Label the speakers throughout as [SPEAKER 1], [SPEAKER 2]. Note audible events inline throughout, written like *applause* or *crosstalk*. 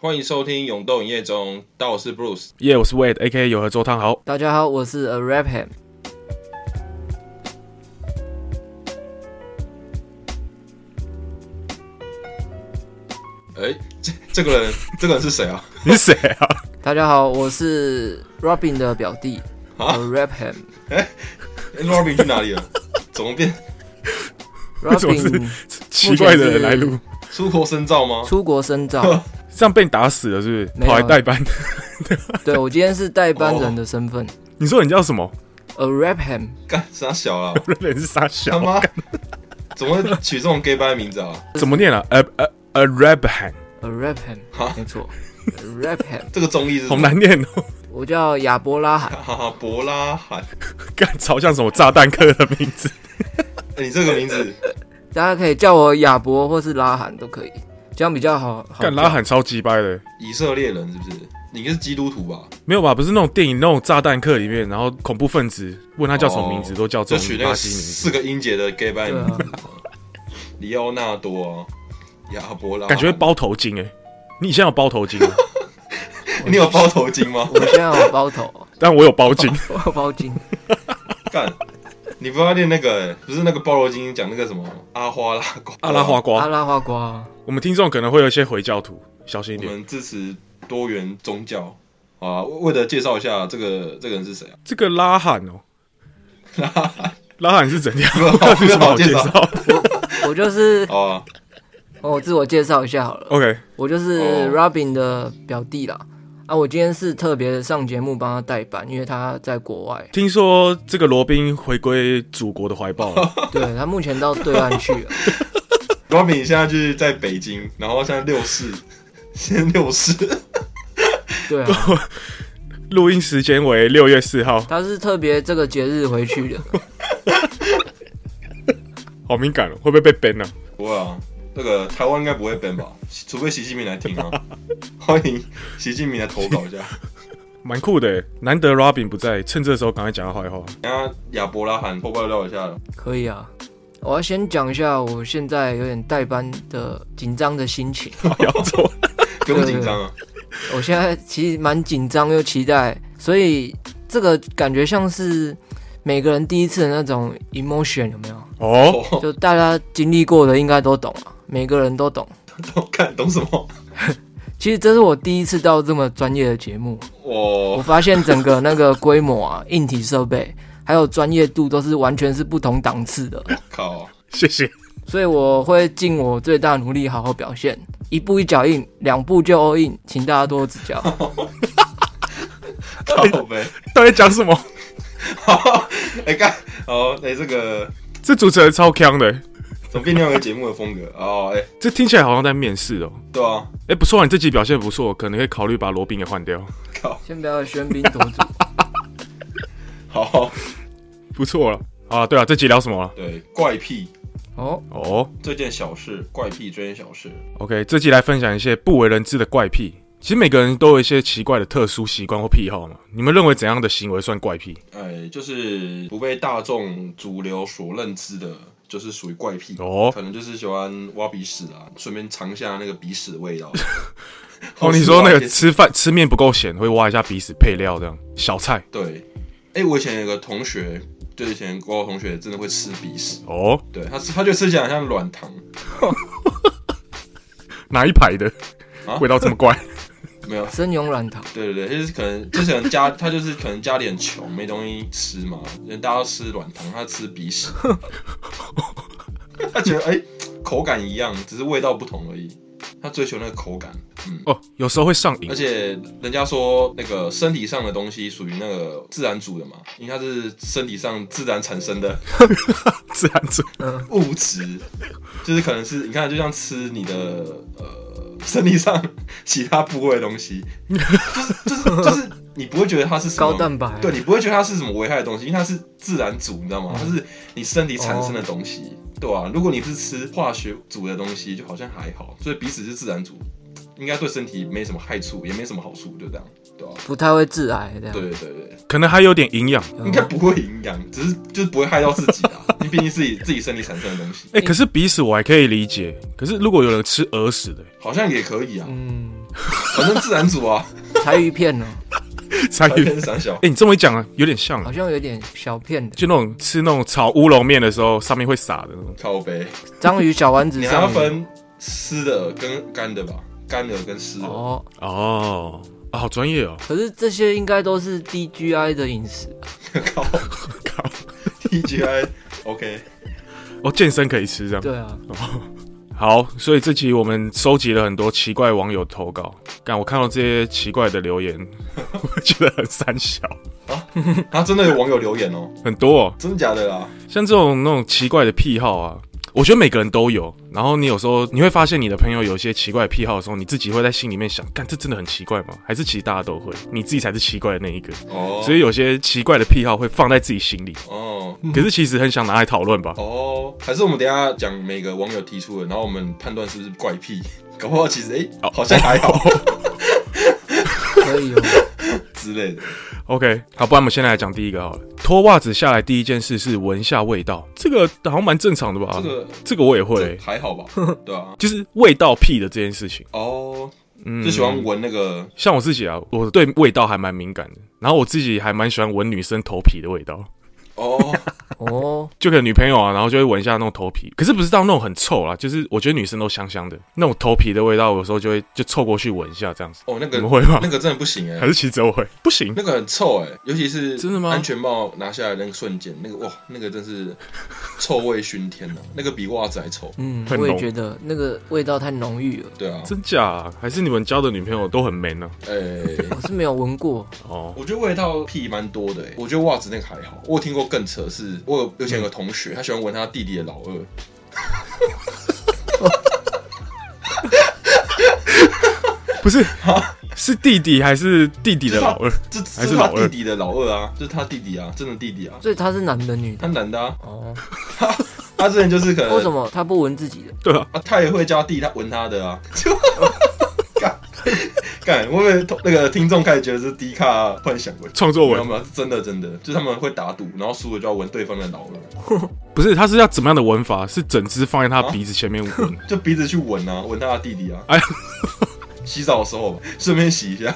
[SPEAKER 1] 欢迎收听《勇斗影业中》，到我是 Bruce。
[SPEAKER 2] 耶、我是 Wade，A.K. 有合周汤豪。
[SPEAKER 3] 大家好，我是 A Rap Ham。
[SPEAKER 1] 哎，这这个人， *laughs* 这个人是谁啊？
[SPEAKER 2] *laughs* 你是谁啊？
[SPEAKER 3] 大家好，我是 Robin 的表弟 A
[SPEAKER 1] 啊
[SPEAKER 3] Rap Ham。
[SPEAKER 1] 诶，Robin 去哪里了？ *laughs* 怎么变
[SPEAKER 2] *laughs* 为什么
[SPEAKER 3] Robin
[SPEAKER 2] *laughs* 奇怪的人来录，
[SPEAKER 1] 出国深造吗？
[SPEAKER 3] 出国
[SPEAKER 2] *laughs*
[SPEAKER 3] 深造，
[SPEAKER 2] 这样被你打死了是不
[SPEAKER 3] 没
[SPEAKER 2] 是？
[SPEAKER 3] 有
[SPEAKER 2] 跑来代班？ *laughs*
[SPEAKER 3] 对我今天是代班人的身份。
[SPEAKER 2] 你说你叫什么？
[SPEAKER 3] A Rap Ham，
[SPEAKER 1] 干傻小啊！
[SPEAKER 2] 瑞典是傻
[SPEAKER 1] 他
[SPEAKER 2] 小，
[SPEAKER 1] 妈，怎么会取这种 gay 班的名字啊？
[SPEAKER 2] *laughs*
[SPEAKER 1] *laughs*
[SPEAKER 2] 怎么念啊？呃呃呃 r a b h a n
[SPEAKER 3] A Rap
[SPEAKER 1] 啊
[SPEAKER 3] Ham，没错，A Rap Ham。
[SPEAKER 1] 这个综艺是
[SPEAKER 2] 好难念哦， *laughs*
[SPEAKER 3] 我叫亚伯拉罕，
[SPEAKER 1] 哈哈，博拉罕。
[SPEAKER 2] 干超像什么炸弹客的名 *laughs* 字。
[SPEAKER 1] 哎，你这个名
[SPEAKER 2] *laughs*
[SPEAKER 1] 字，
[SPEAKER 3] 大家可以叫我亚伯或是拉罕都可以，这样比较好。好
[SPEAKER 2] 干
[SPEAKER 3] 叫
[SPEAKER 2] 拉，喊超级掰的，
[SPEAKER 1] 以色列人是不是？你应该是基督徒吧？
[SPEAKER 2] 没有吧？不是那种电影那种炸弹客里面，然后恐怖分子问他叫什么名字，
[SPEAKER 1] 哦
[SPEAKER 2] 都叫这
[SPEAKER 1] 就
[SPEAKER 2] 种
[SPEAKER 1] 取那
[SPEAKER 2] 巴
[SPEAKER 1] 个
[SPEAKER 2] 西名
[SPEAKER 1] 四
[SPEAKER 2] 字，
[SPEAKER 1] 个音节的 gay 班的名字
[SPEAKER 3] 对，啊
[SPEAKER 1] 里奥纳多啊，亚伯拉罕，
[SPEAKER 2] 啊感觉会包头巾哎、你以前有包头巾 *laughs* 吗？
[SPEAKER 1] *laughs* 你有包头巾吗？
[SPEAKER 3] 我现在有包头， *laughs*
[SPEAKER 2] 但我有包巾，
[SPEAKER 3] 我有包巾。
[SPEAKER 1] *laughs* 干，你不要念那个、欸，不是那个包罗金讲那个什么阿花拉啊瓜，
[SPEAKER 2] *laughs* 阿拉花瓜
[SPEAKER 3] 阿。拉花瓜，
[SPEAKER 2] 我们听众可能会有一些回教徒，小心一
[SPEAKER 1] 我
[SPEAKER 2] 点。
[SPEAKER 1] 们支持多元宗教。好啊，为为了介绍一下这个这个人是谁啊？
[SPEAKER 2] 这个拉罕哦，拉罕是 *laughs* 怎样？
[SPEAKER 1] 没有
[SPEAKER 2] 有什么好
[SPEAKER 1] 没
[SPEAKER 2] 介
[SPEAKER 1] 有好介
[SPEAKER 2] 绍
[SPEAKER 3] 我就是
[SPEAKER 1] 好啊，
[SPEAKER 3] 哦我自我介绍一下好了。
[SPEAKER 2] *laughs* ？OK，，
[SPEAKER 3] 我就是
[SPEAKER 1] 哦
[SPEAKER 3] Robin 的表弟啦。啊，我今天是特别上节目帮他代班，因为他在国外
[SPEAKER 2] 听说这个罗宾回归祖国的怀抱啊 *laughs* 了，
[SPEAKER 3] 对他目前到对岸去了。
[SPEAKER 1] 罗敏现在就是在北京，然后现在六四， *laughs* 先六四， *laughs*
[SPEAKER 3] 对啊，
[SPEAKER 2] 录音时间为六月四号，
[SPEAKER 3] 他是特别这个节日回去的。
[SPEAKER 2] 好敏感哦，会不会被 ban 呢、
[SPEAKER 1] 不会啊，那个台湾应该不会 ban 吧？除非习近平来听
[SPEAKER 2] *laughs*
[SPEAKER 1] 啊。欢迎习近平来投稿一下。
[SPEAKER 2] 蛮酷的耶，难得 Robin 不在，趁这时候赶快讲他坏话。
[SPEAKER 1] 等一下亚伯拉罕，后不要聊一下了？
[SPEAKER 3] 可以啊，我要先讲一下我现在有点代班的紧张的心情。
[SPEAKER 2] 不要做，
[SPEAKER 1] 不用紧张啊。
[SPEAKER 3] 我现在其实蛮紧张又期待，所以这个感觉像是每个人第一次的那种 emotion 有没有？
[SPEAKER 2] 哦，
[SPEAKER 1] 哦，
[SPEAKER 3] 就大家经历过的应该都懂啊，每个人都懂。
[SPEAKER 1] 懂看懂什么？
[SPEAKER 3] 其实这是我第一次到这么专业的节目，我
[SPEAKER 1] 我
[SPEAKER 3] 发现整个那个规模啊、硬体设备还有专业度都是完全是不同档次的，
[SPEAKER 1] 靠，
[SPEAKER 2] 谢谢。
[SPEAKER 3] 所以我会尽我最大努力好好表现，一步一脚印，两步就 all in，请大家多指
[SPEAKER 1] *laughs*
[SPEAKER 3] 教。
[SPEAKER 1] 靠呗。
[SPEAKER 2] 到底讲什么？
[SPEAKER 1] *laughs* 哎干，哦，哎这个
[SPEAKER 2] 这主持人超强的耶，
[SPEAKER 1] 怎么变另外一个节目的风格？哦，哎，
[SPEAKER 2] 这听起来好像在面试哦。
[SPEAKER 1] 对啊，
[SPEAKER 2] 哎，不错啊，你这集表现不错，可能可以考虑把罗宾给换掉。
[SPEAKER 3] 先不要喧宾夺主，
[SPEAKER 1] 好， *laughs*
[SPEAKER 2] 不错了啊，对啊，这集聊什么了？
[SPEAKER 1] 对，怪癖
[SPEAKER 3] 哦，
[SPEAKER 2] 哦
[SPEAKER 1] 这件小事，怪癖这件小事，
[SPEAKER 2] ，OK，这集来分享一些不为人知的怪癖。其实每个人都有一些奇怪的特殊习惯或癖好嘛。你们认为怎样的行为算怪癖？
[SPEAKER 1] 哎，就是不被大众主流所认知的，就是属于怪癖。
[SPEAKER 2] 哦
[SPEAKER 1] 可能就是喜欢挖鼻屎啊，顺便尝一下那个鼻屎的味
[SPEAKER 2] *laughs*
[SPEAKER 1] 道。
[SPEAKER 2] 哦，你说那
[SPEAKER 1] 或是挖一
[SPEAKER 2] 个
[SPEAKER 1] 些
[SPEAKER 2] 吃饭吃面不够咸，会挖一下鼻屎配料这样小菜
[SPEAKER 1] 对，哎、我以前有个同学，就以前高中同学，真的会吃鼻屎。
[SPEAKER 2] 哦，
[SPEAKER 1] 对他吃，他就吃起来很像软糖，
[SPEAKER 2] 哪一排的
[SPEAKER 1] 啊
[SPEAKER 2] 味道这么怪？
[SPEAKER 1] 没有。
[SPEAKER 3] 生永软糖，
[SPEAKER 1] 对对对，就是可能 *clears throat* 就是可能家他就是可能家里很穷，没东西吃嘛，人大家都吃软糖，他吃鼻屎，他觉得哎、口感一样，只是味道不同而已。他追求那个口感，嗯，
[SPEAKER 2] 哦，有时候会上瘾
[SPEAKER 1] 而。且人家说那个身体上的东西属于那个自然组的嘛，因为它是身体上自然产生的
[SPEAKER 2] 自然组
[SPEAKER 1] 物质，就是可能是你看，就像吃你的呃身体上其他部位的东
[SPEAKER 3] *laughs*
[SPEAKER 1] 西，就是就是就是你不会觉得它是什么
[SPEAKER 3] 高蛋白啊
[SPEAKER 1] 对你不会觉得它是什么危害的东西，因为它是自然组，你知道吗？它是你身体产生的东西，
[SPEAKER 3] 哦
[SPEAKER 1] 对吧、如果你是吃化学组的东西，就好像还好，所以彼此是自然组，应该对身体没什么害处，也没什么好处，就这样。对吧、
[SPEAKER 3] 不太会致癌这样。
[SPEAKER 1] 对对对，
[SPEAKER 2] 可能还有点营养。
[SPEAKER 3] 嗯
[SPEAKER 1] 应该不会营养，只是就是不会害到自己啊，因为毕竟是自己自己身体产生的东西，
[SPEAKER 2] 哎、可是鼻屎我还可以理解，可是如果有人吃耳屎的、
[SPEAKER 1] 好像也可以啊，
[SPEAKER 3] 嗯，
[SPEAKER 1] 反正自然组
[SPEAKER 2] *laughs*
[SPEAKER 1] 啊，
[SPEAKER 3] 柴鱼片呢，
[SPEAKER 2] 才
[SPEAKER 1] 还
[SPEAKER 2] 有。
[SPEAKER 1] 是三小
[SPEAKER 2] 哎、，你这么一讲啊，有点像啊
[SPEAKER 3] 好，像有点小片的
[SPEAKER 2] 就那种吃那种炒乌龙面的时候，上面会撒的那种。
[SPEAKER 1] 靠背，
[SPEAKER 3] 章鱼小丸子
[SPEAKER 1] 你还要
[SPEAKER 3] 上面。
[SPEAKER 1] 分湿的跟干的吧，干的跟湿的，
[SPEAKER 3] 哦，
[SPEAKER 2] 哦，啊，好专业哦。
[SPEAKER 3] 可是这些应该都是低 g i 的饮食，
[SPEAKER 1] *laughs* 嗯靠
[SPEAKER 2] *laughs* 靠
[SPEAKER 1] TGI OK，
[SPEAKER 2] 哦，健身可以吃这样。
[SPEAKER 3] 对啊，
[SPEAKER 2] 好，所以这期我们收集了很多奇怪网友投稿，但我看到这些奇怪的留言， *laughs* 我觉得很三小，
[SPEAKER 1] 他真的有网友留言哦，
[SPEAKER 2] 很多、哦，
[SPEAKER 1] 真的假的啊啦？
[SPEAKER 2] 像这种那种奇怪的癖好啊。我觉得每个人都有，然后你有时候你会发现你的朋友有一些奇怪的癖好的时候，你自己会在心里面想，干这真的很奇怪吗？还是其实大家都会，你自己才是奇怪的那一个。
[SPEAKER 1] 哦，
[SPEAKER 2] 所以有些奇怪的癖好会放在自己心里，
[SPEAKER 1] 哦
[SPEAKER 2] 可是其实很想拿来讨论吧。
[SPEAKER 1] 哦，还是我们等一下讲每个网友提出的，然后我们判断是不是怪癖， *laughs* 搞不好其实哎、
[SPEAKER 2] 哦
[SPEAKER 1] 好像还好
[SPEAKER 3] 可以哦。
[SPEAKER 1] *laughs* 之类的。
[SPEAKER 2] OK，好，不然我们先来讲第一个好了。脱袜子下来第一件事是闻一下味道，这个好像蛮正常的吧？
[SPEAKER 1] 这个
[SPEAKER 2] 这个我也会、
[SPEAKER 1] 这还好吧？对啊。
[SPEAKER 2] 就是味道屁的这件事情。
[SPEAKER 1] 哦，
[SPEAKER 2] 嗯
[SPEAKER 1] 就喜欢闻那个
[SPEAKER 2] 像我自己啊，我对味道还蛮敏感的，然后我自己还蛮喜欢闻女生头皮的味道，
[SPEAKER 1] 哦，
[SPEAKER 3] 哦，
[SPEAKER 2] 就可能女朋友啊，然后就会闻一下那种头皮，可是不是到那种很臭啦，就是我觉得女生都香香的那种头皮的味道，有时候就会就凑过去闻一下这样子。
[SPEAKER 1] 哦，那
[SPEAKER 2] 你
[SPEAKER 1] 个
[SPEAKER 2] 们会吗
[SPEAKER 1] 那？个真的不行哎、
[SPEAKER 2] 还是其实只有我会？不行，
[SPEAKER 1] 那个很臭哎、尤其是
[SPEAKER 2] 真的吗
[SPEAKER 1] 安全帽拿下来那个瞬间，那个哇，那个真是臭味熏天呐、那个比袜子还臭。
[SPEAKER 3] 嗯，
[SPEAKER 2] 很
[SPEAKER 3] 我也
[SPEAKER 2] 浓
[SPEAKER 3] 觉得那个味道太浓郁了，
[SPEAKER 1] 对啊，
[SPEAKER 2] 真假、还是你们交的女朋友都很 man 呢、
[SPEAKER 1] 哎、
[SPEAKER 3] 我是没有闻 *laughs* 过。
[SPEAKER 2] 哦，
[SPEAKER 1] 我觉得味道屁蛮多的、欸，我觉得袜子那个还好。我有听过更扯是，我有有前
[SPEAKER 2] 嗯
[SPEAKER 1] 有个同学，他喜欢闻他弟弟的老二，
[SPEAKER 2] 不是，是弟弟还是弟弟的老二？
[SPEAKER 1] 这
[SPEAKER 2] 还
[SPEAKER 1] 这
[SPEAKER 2] 是
[SPEAKER 1] 他
[SPEAKER 2] 老二
[SPEAKER 1] 弟弟的老二啊，这是他弟弟啊，真的弟弟啊，
[SPEAKER 3] 所以他是男的女的 *laughs*
[SPEAKER 1] 他？男的啊，
[SPEAKER 3] 哦，
[SPEAKER 1] 他之前就是可能
[SPEAKER 3] 为什么他不闻自己的？
[SPEAKER 2] 对啊，
[SPEAKER 1] 啊，他也会叫他弟他闻他的啊， *laughs* 就干干，我会那个听众开始觉得是低卡幻想文。
[SPEAKER 2] 创作
[SPEAKER 1] 没有
[SPEAKER 2] 文
[SPEAKER 1] 没有，是真的真的，就是他们会打赌，然后输了就要闻对方的老二，
[SPEAKER 2] 不是，他是要怎么样的文法？是整只放在他鼻子前面闻，
[SPEAKER 1] *laughs* 就鼻子去闻啊，闻他的弟弟啊。
[SPEAKER 2] 哎
[SPEAKER 1] 洗澡的时候吧顺便洗一下，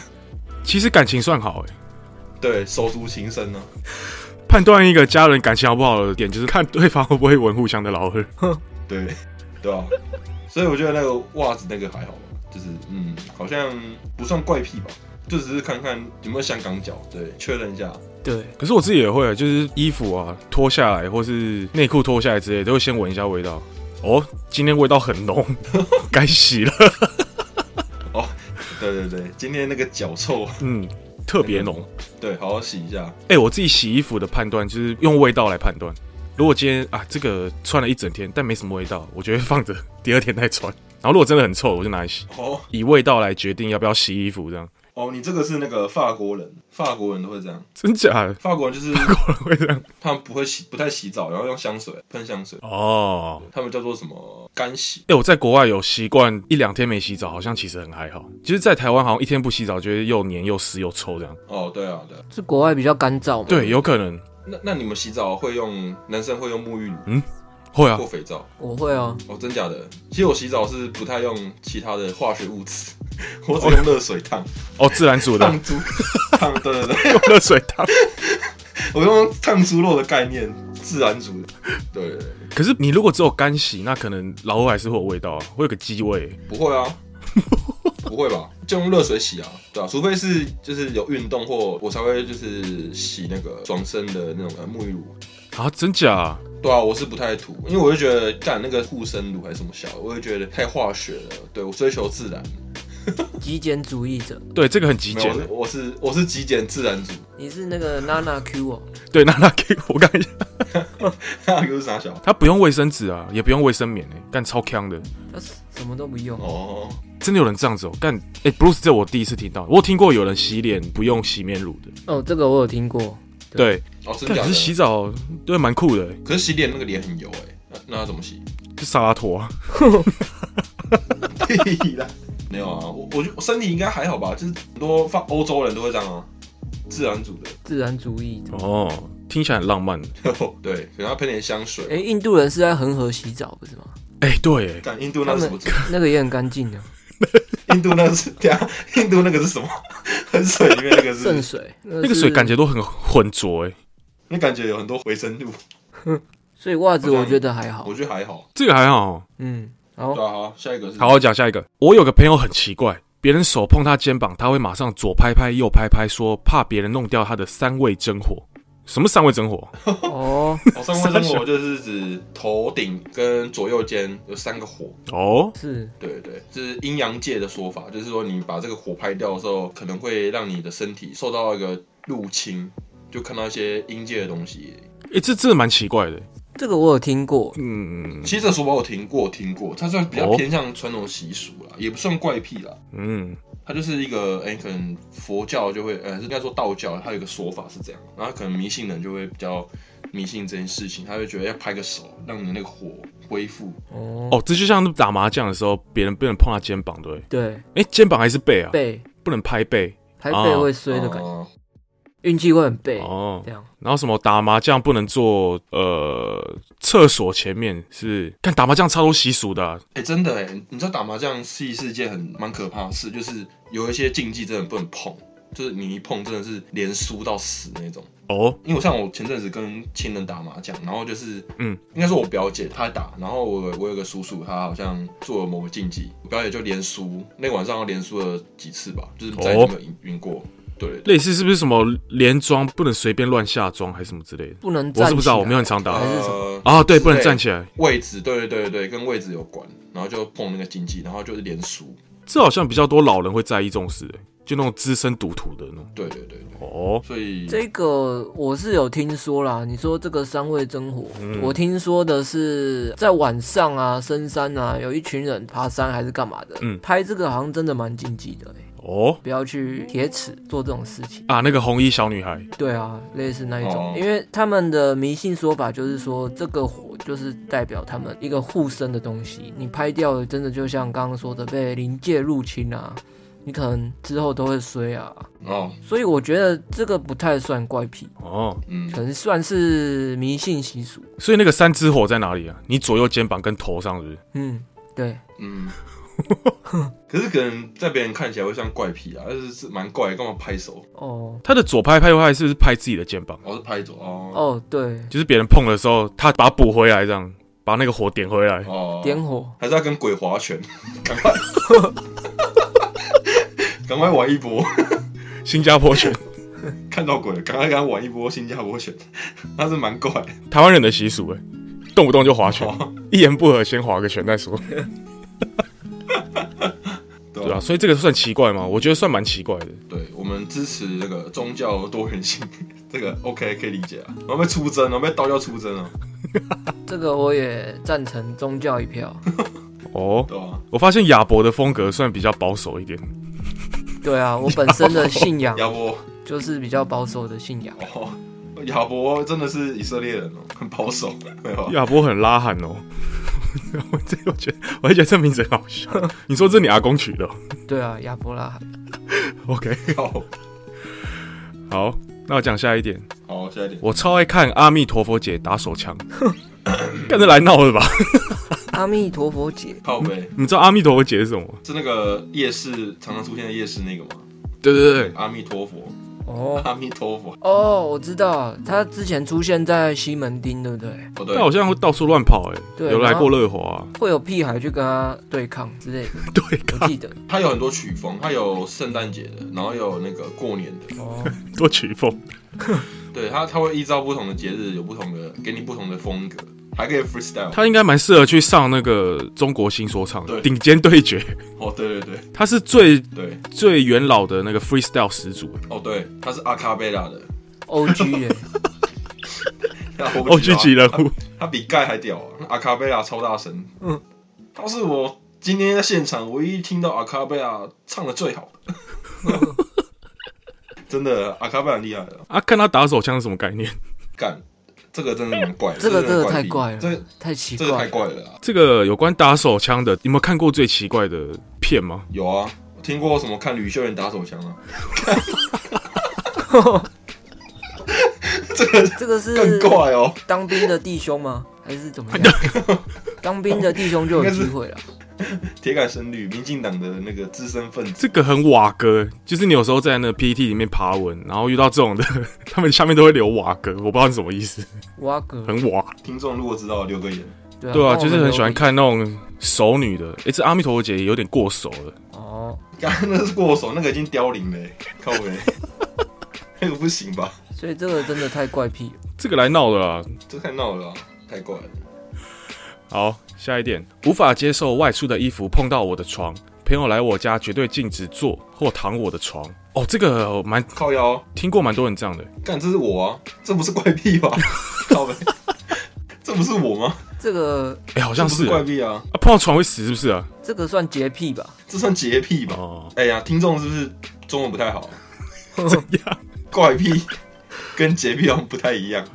[SPEAKER 2] 其实感情算好哎、
[SPEAKER 1] 对手足情深啊呢、
[SPEAKER 2] 判断一个家人感情好不好的点，就是看对方会不会闻互相的老二。
[SPEAKER 1] 啊，对对啊，所以我觉得那个袜子那个还好吧，就是嗯，好像不算怪癖吧，就只是看看有没有香港脚，对，确认一下，
[SPEAKER 3] 对，
[SPEAKER 2] 可是我自己也会，就是衣服啊脱下来，或是内裤脱下来之类，都会先闻一下味道。哦，今天味道很浓，该洗了。
[SPEAKER 1] 对对对，今天那个脚臭，
[SPEAKER 2] 嗯，特别浓。
[SPEAKER 1] 对，好好洗一下，
[SPEAKER 2] 哎、我自己洗衣服的判断就是用味道来判断。如果今天啊，这个穿了一整天，但没什么味道，我就会放着第二天再穿。然后如果真的很臭，我就拿来洗，
[SPEAKER 1] 哦
[SPEAKER 2] 以味道来决定要不要洗衣服，这样
[SPEAKER 1] 哦，你这个是那个法国人，法国人都会这样，
[SPEAKER 2] 真假的 *laughs*
[SPEAKER 1] 法国人就是
[SPEAKER 2] 会这样？
[SPEAKER 1] 他们不会洗，不太洗澡，然后用香水喷香水，
[SPEAKER 2] 哦，
[SPEAKER 1] 他们叫做什么干洗？
[SPEAKER 2] 哎、我在国外有习惯一两天没洗澡，好像其实很还好。其实，在台湾好像一天不洗澡，觉得又黏又湿又臭这样。
[SPEAKER 1] 哦，对啊，对啊。
[SPEAKER 3] 是国外比较干燥嘛？
[SPEAKER 2] 对，，有可能
[SPEAKER 1] 那那你们洗澡会用男生会用沐浴乳
[SPEAKER 2] 会啊
[SPEAKER 1] 或。肥皂？
[SPEAKER 3] 我会啊。
[SPEAKER 1] 哦，真假的？其实我洗澡是不太用其他的化学物质， *laughs* 我只用热水烫
[SPEAKER 2] 哦，自然煮的， *laughs*
[SPEAKER 1] 烫猪烫，对对对，
[SPEAKER 2] 用热水烫。
[SPEAKER 1] 我用烫猪肉的概念，自然煮的。对对对，
[SPEAKER 2] 可是你如果只有干洗，那可能老二还是会有味道啊，会有个鸡味。
[SPEAKER 1] 不会
[SPEAKER 2] *laughs*
[SPEAKER 1] 啊。不会吧？就用热水洗啊，对啊，除非是就是有运动或我才会就是洗那个爽身的那种呃沐浴乳，
[SPEAKER 2] 啊，真假、
[SPEAKER 1] 对啊，我是不太涂，因为我就觉得干那个护身乳还是什么小的，我就觉得太化学了。对我追求自然，
[SPEAKER 3] 极简主义者，
[SPEAKER 2] 对，这个很极
[SPEAKER 1] 没有
[SPEAKER 2] 简的。
[SPEAKER 1] 我是我是我是极简自然主，
[SPEAKER 3] 你是那个 Nana Q 哦，
[SPEAKER 2] 对，那那给我看一下，
[SPEAKER 1] 那个是啥小？
[SPEAKER 2] 他不用卫生纸啊，也不用卫生棉诶、干超强的，
[SPEAKER 3] 他什么都不用，
[SPEAKER 1] 哦，
[SPEAKER 2] 真的有人这样子哦、干诶、b r u c e 这我第一次听到，我有听过有人洗脸不用洗面乳的，
[SPEAKER 3] 哦，这个我有听过，
[SPEAKER 2] 对，
[SPEAKER 1] 哦，真
[SPEAKER 2] 但
[SPEAKER 1] 假
[SPEAKER 2] 可
[SPEAKER 1] 的
[SPEAKER 2] 是？洗澡对蛮酷的、欸，
[SPEAKER 1] 可是洗脸那个脸很油哎、那那要怎么洗？
[SPEAKER 2] 就沙拉坨啊，
[SPEAKER 1] 屁啦！ *laughs* 没有啊，我我就我身体应该还好吧，就是很多放欧洲人都会这样啊，自然组的， *laughs*
[SPEAKER 3] 自然主义。
[SPEAKER 2] 哦，听起来很浪漫。
[SPEAKER 1] 对，给他喷点香水。
[SPEAKER 3] 哎、印度人是在恒河洗澡不是吗？ *laughs*
[SPEAKER 2] 哎、对，哎
[SPEAKER 1] 干印度
[SPEAKER 3] 他
[SPEAKER 1] 那是什么
[SPEAKER 3] 们
[SPEAKER 1] 组？
[SPEAKER 3] 那个也很干净的，啊
[SPEAKER 1] 印度那是对啊，印度那个是什么？ *laughs* 很水里面那个是
[SPEAKER 3] 圣水。那
[SPEAKER 2] 那个水感觉，都很浑浊，哎，
[SPEAKER 1] 那感觉有很多回声路，
[SPEAKER 3] 所以袜子我觉得还好
[SPEAKER 1] 我。觉得还好。
[SPEAKER 2] 这个还好。哦
[SPEAKER 3] 嗯，然后
[SPEAKER 1] 对啊，好，下一个是
[SPEAKER 2] 好，我讲下一个。我有个朋友很奇怪，别人手碰他肩膀，他会马上左拍拍右拍拍，说怕别人弄掉他的三味真火。什么三味真火？
[SPEAKER 3] 哦，
[SPEAKER 1] 哦，三温生活就是指头顶跟左右肩有三个火，
[SPEAKER 2] 哦，
[SPEAKER 3] 是
[SPEAKER 1] 对对，这是阴阳界的说法，就是说你把这个火拍掉的时候，可能会让你的身体受到一个入侵，就看到一些阴界的东西。
[SPEAKER 2] 哎、这真的蛮奇怪的。
[SPEAKER 3] 这个我有听过，
[SPEAKER 2] 嗯
[SPEAKER 1] 其实这说法我听过，听过，它算比较
[SPEAKER 2] 哦
[SPEAKER 1] 偏向传统习俗啦，也不算怪癖啦。
[SPEAKER 2] 嗯，
[SPEAKER 1] 它就是一个，哎、可能佛教就会，呃，应该说道教，它有一个说法是这样，然后可能迷信的人就会比较迷信这件事情，他会觉得要拍个手，让你的那个火恢复。
[SPEAKER 3] 哦，
[SPEAKER 2] 哦，这就像打麻将的时候，别人不能碰他肩膀，对不对。
[SPEAKER 3] 对，
[SPEAKER 2] 哎、肩膀还是背啊？
[SPEAKER 3] 背
[SPEAKER 2] 不能拍背。
[SPEAKER 3] 拍背会衰的感觉，
[SPEAKER 1] 哦
[SPEAKER 3] 运气会很背，
[SPEAKER 2] 哦
[SPEAKER 3] 这，样
[SPEAKER 2] 然后什么打麻将不能坐呃厕所前面是，看打麻将超多习俗的啊、
[SPEAKER 1] 哎、真的哎、你知道打麻将是是一件很蛮可怕的事，就是有一些禁忌真的不能碰，就是你一碰真的是连输到死那种。
[SPEAKER 2] 哦，
[SPEAKER 1] 因为我像我前阵子跟亲人打麻将，然后就是，
[SPEAKER 2] 嗯，
[SPEAKER 1] 应该是我表姐她打，然后我我有个叔叔，他好像做了某个竞技，我表姐就连输，那个晚上连输了几次吧，就是再也
[SPEAKER 2] 哦
[SPEAKER 1] 没有赢赢过。对，
[SPEAKER 2] 类似是不是什么连庄不能随便乱下庄还是什么之类的？
[SPEAKER 3] 不能站
[SPEAKER 2] 我是不知道，
[SPEAKER 3] 起来
[SPEAKER 2] 我没有很常打
[SPEAKER 3] 还
[SPEAKER 2] 啊、
[SPEAKER 3] 是什
[SPEAKER 1] 么
[SPEAKER 2] 对，不能站起来，
[SPEAKER 1] 位置，对对对对，跟位置有关，然后就碰那个竞技，然后就是连输。
[SPEAKER 2] 这好像比较多老人会在意这种事、欸就那种资深赌徒的那种。
[SPEAKER 1] 对对对对，
[SPEAKER 2] 哦，
[SPEAKER 1] 所以
[SPEAKER 3] 这个我是有听说啦，你说这个三味真火，
[SPEAKER 2] 嗯
[SPEAKER 3] 我听说的是在晚上啊，深山啊，有一群人爬山还是干嘛的，
[SPEAKER 2] 嗯
[SPEAKER 3] 拍这个好像真的蛮禁忌的、欸，
[SPEAKER 2] 哦
[SPEAKER 3] 不要去铁齿做这种事情。
[SPEAKER 2] 啊，那个红衣小女孩，
[SPEAKER 3] 对啊，类似那一种，
[SPEAKER 1] 哦
[SPEAKER 3] 因为他们的迷信说法就是说，这个火就是代表他们一个护身的东西，你拍掉了，真的就像刚刚说的被灵界入侵啊，你可能之后都会衰啊，
[SPEAKER 1] 哦，
[SPEAKER 3] 所以我觉得这个不太算怪癖。
[SPEAKER 2] 哦，
[SPEAKER 1] 嗯，
[SPEAKER 3] 可能算是迷信习俗。
[SPEAKER 2] 所以那个三只火在哪里啊？你左右肩膀跟头上是不是？
[SPEAKER 3] 嗯，对，
[SPEAKER 1] 嗯，可是可能在别人看起来会像怪癖啊，但是是蛮怪的，干嘛拍手？
[SPEAKER 3] 哦，
[SPEAKER 2] 他的左拍拍拍是不是拍自己的肩膀？
[SPEAKER 1] 我、是拍手哦
[SPEAKER 3] 哦，对，
[SPEAKER 2] 就是别人碰的时候，他把它补回来，这样把那个火点回来。
[SPEAKER 1] 哦，
[SPEAKER 3] 点火，
[SPEAKER 1] 还是要跟鬼划拳， *laughs* 赶快，赶快玩一波，
[SPEAKER 2] 新加坡拳，
[SPEAKER 1] 看到鬼了，赶快跟他玩一波新加坡拳，那是蛮怪的。
[SPEAKER 2] 台湾人的习俗哎、动不动就划拳，一言不合先划个拳再说，
[SPEAKER 1] 对
[SPEAKER 2] 对
[SPEAKER 1] 吧、
[SPEAKER 2] 啊，所以这个算奇怪吗？我觉得算蛮奇怪的。
[SPEAKER 1] 对，我们支持那个宗教多元性，这个 OK 可以理解啊。我们被出征，我们被道教出征啊，
[SPEAKER 3] 这个我也赞成宗教
[SPEAKER 1] *laughs*
[SPEAKER 3] 一票。
[SPEAKER 2] 哦，
[SPEAKER 1] 对吧、
[SPEAKER 2] 我发现亚伯的风格算比较保守一点，
[SPEAKER 3] 对啊，我本身的信仰
[SPEAKER 1] 亚伯，
[SPEAKER 3] 就是比较保守的信仰。
[SPEAKER 1] 哦，亚伯真的是以色列人哦，很保守，没有啊。
[SPEAKER 2] 亚伯很拉罕哦。 *laughs* 我这我觉得，我还觉得这名字很好 *laughs* 笑。你说这你阿公取的哦
[SPEAKER 3] 对啊，亚伯拉罕。
[SPEAKER 2] *laughs* ？OK，
[SPEAKER 1] *laughs* 好，
[SPEAKER 2] 好，那我讲下一点，
[SPEAKER 1] 好，下一点。
[SPEAKER 2] 我超爱看阿弥陀佛姐打
[SPEAKER 1] *laughs*
[SPEAKER 2] 手枪，干这来闹的吧？
[SPEAKER 3] 阿弥陀佛姐，
[SPEAKER 1] 靠背
[SPEAKER 2] 你知道阿弥陀佛姐是什么吗？
[SPEAKER 1] 是那个夜市常常出现的夜市那个吗？
[SPEAKER 2] 对对对，
[SPEAKER 1] 阿弥陀佛，
[SPEAKER 3] 哦
[SPEAKER 1] 阿弥陀佛。
[SPEAKER 3] 哦，我知道，他之前出现在西门町，对不对？
[SPEAKER 1] 哦，对
[SPEAKER 2] 他，好像会到处乱跑、哎，
[SPEAKER 3] 对
[SPEAKER 2] 有来
[SPEAKER 3] 然
[SPEAKER 2] 过
[SPEAKER 3] 后
[SPEAKER 2] 乐华、啊，
[SPEAKER 3] 会有屁孩去跟他对抗之类的，
[SPEAKER 2] *laughs* 对，
[SPEAKER 3] 我
[SPEAKER 1] *laughs*
[SPEAKER 3] 记得。
[SPEAKER 1] 它有很多曲风，它有圣诞节的，然后有那个过年的，
[SPEAKER 3] 哦，
[SPEAKER 2] 多曲风。
[SPEAKER 1] 对它它会依照不同的节日有不同的，给你不同的风格，还可以 freestyle。
[SPEAKER 2] 他应该蛮适合去上那个中国新说唱的
[SPEAKER 1] 对
[SPEAKER 2] 顶尖对决，
[SPEAKER 1] 哦，对对对
[SPEAKER 2] 他是最
[SPEAKER 1] 对，
[SPEAKER 2] 最元老的那个 freestyle 始祖。
[SPEAKER 1] 哦对，它是阿卡贝拉的，
[SPEAKER 3] O G 耶，
[SPEAKER 1] 我
[SPEAKER 2] 哦，
[SPEAKER 1] 不知
[SPEAKER 2] 聚
[SPEAKER 1] 道
[SPEAKER 2] 集人物，
[SPEAKER 1] 它比盖还屌啊！那阿卡贝拉超大声，
[SPEAKER 3] 嗯
[SPEAKER 1] 嗯，他是我今天在现场唯一听到阿卡贝拉唱的最
[SPEAKER 3] *laughs*
[SPEAKER 1] 好的，真的阿卡贝拉很厉害的，
[SPEAKER 2] 啊，看他打手枪是什么概念？
[SPEAKER 1] 干。这个真的蛮怪的，
[SPEAKER 3] 这个真的太
[SPEAKER 1] 怪
[SPEAKER 3] 怪了，
[SPEAKER 1] 这个
[SPEAKER 3] 太奇
[SPEAKER 1] 这个
[SPEAKER 3] 怪
[SPEAKER 1] 太
[SPEAKER 3] 了。
[SPEAKER 1] 怪了啊！
[SPEAKER 2] 这个有关打手枪的，你有没有看过最奇怪的片吗？
[SPEAKER 1] 有啊，我听过什么看吕秀妍打手枪啊，这个
[SPEAKER 3] 这个是
[SPEAKER 1] 更怪哦。
[SPEAKER 3] 当兵的弟兄吗？ *laughs* 还是怎么样？ *laughs* 当兵的弟兄就有机
[SPEAKER 2] *laughs*
[SPEAKER 3] 会了。
[SPEAKER 1] 铁杆神女，民进党的那个资深分子，
[SPEAKER 2] 这个很瓦哥，就是你有时候在那 PPT 里面爬文，然后遇到这种的， *laughs* 他们下面都会留瓦哥，我不知道是什么意思， *laughs*
[SPEAKER 3] 挖哥，
[SPEAKER 2] 很瓦。
[SPEAKER 1] 听众如果知道留个言。
[SPEAKER 3] 对
[SPEAKER 1] 哦
[SPEAKER 3] 啊，
[SPEAKER 2] 对啊，
[SPEAKER 3] 帮我
[SPEAKER 2] 就
[SPEAKER 3] 们
[SPEAKER 2] 是很喜欢
[SPEAKER 3] 留
[SPEAKER 2] 看那种熟女的。诶，这阿弥陀佛姐也有点过熟了。
[SPEAKER 3] 言哦。
[SPEAKER 1] 刚刚那是过手，那个已经凋零了欸，靠
[SPEAKER 3] *laughs*
[SPEAKER 1] 呗，那个不行吧？
[SPEAKER 3] 所以这个真的太怪癖了。
[SPEAKER 2] 这个来闹的啦。
[SPEAKER 1] 这太闹了啊、太怪了。
[SPEAKER 2] 好，下一点，无法接受外出的衣服碰到我的床，朋友来我家绝对禁止坐或躺我的床。哦，这个我蛮
[SPEAKER 1] 靠腰，
[SPEAKER 2] 听过蛮多人这样的。
[SPEAKER 1] 干，这是我啊，这不是怪癖吧？靠呗，这不是我吗？
[SPEAKER 3] 这个
[SPEAKER 2] 诶，好像
[SPEAKER 1] 这不
[SPEAKER 2] 是
[SPEAKER 1] 是怪
[SPEAKER 2] 啊，
[SPEAKER 1] 癖啊，
[SPEAKER 2] 碰到床会死是不是啊？
[SPEAKER 3] 这个算洁癖吧？
[SPEAKER 1] 这算洁癖吧？
[SPEAKER 2] 哦，
[SPEAKER 1] 哎呀，听众是不是中文不太好？ *laughs* 怪癖跟洁癖好像不太一样，
[SPEAKER 2] 诶，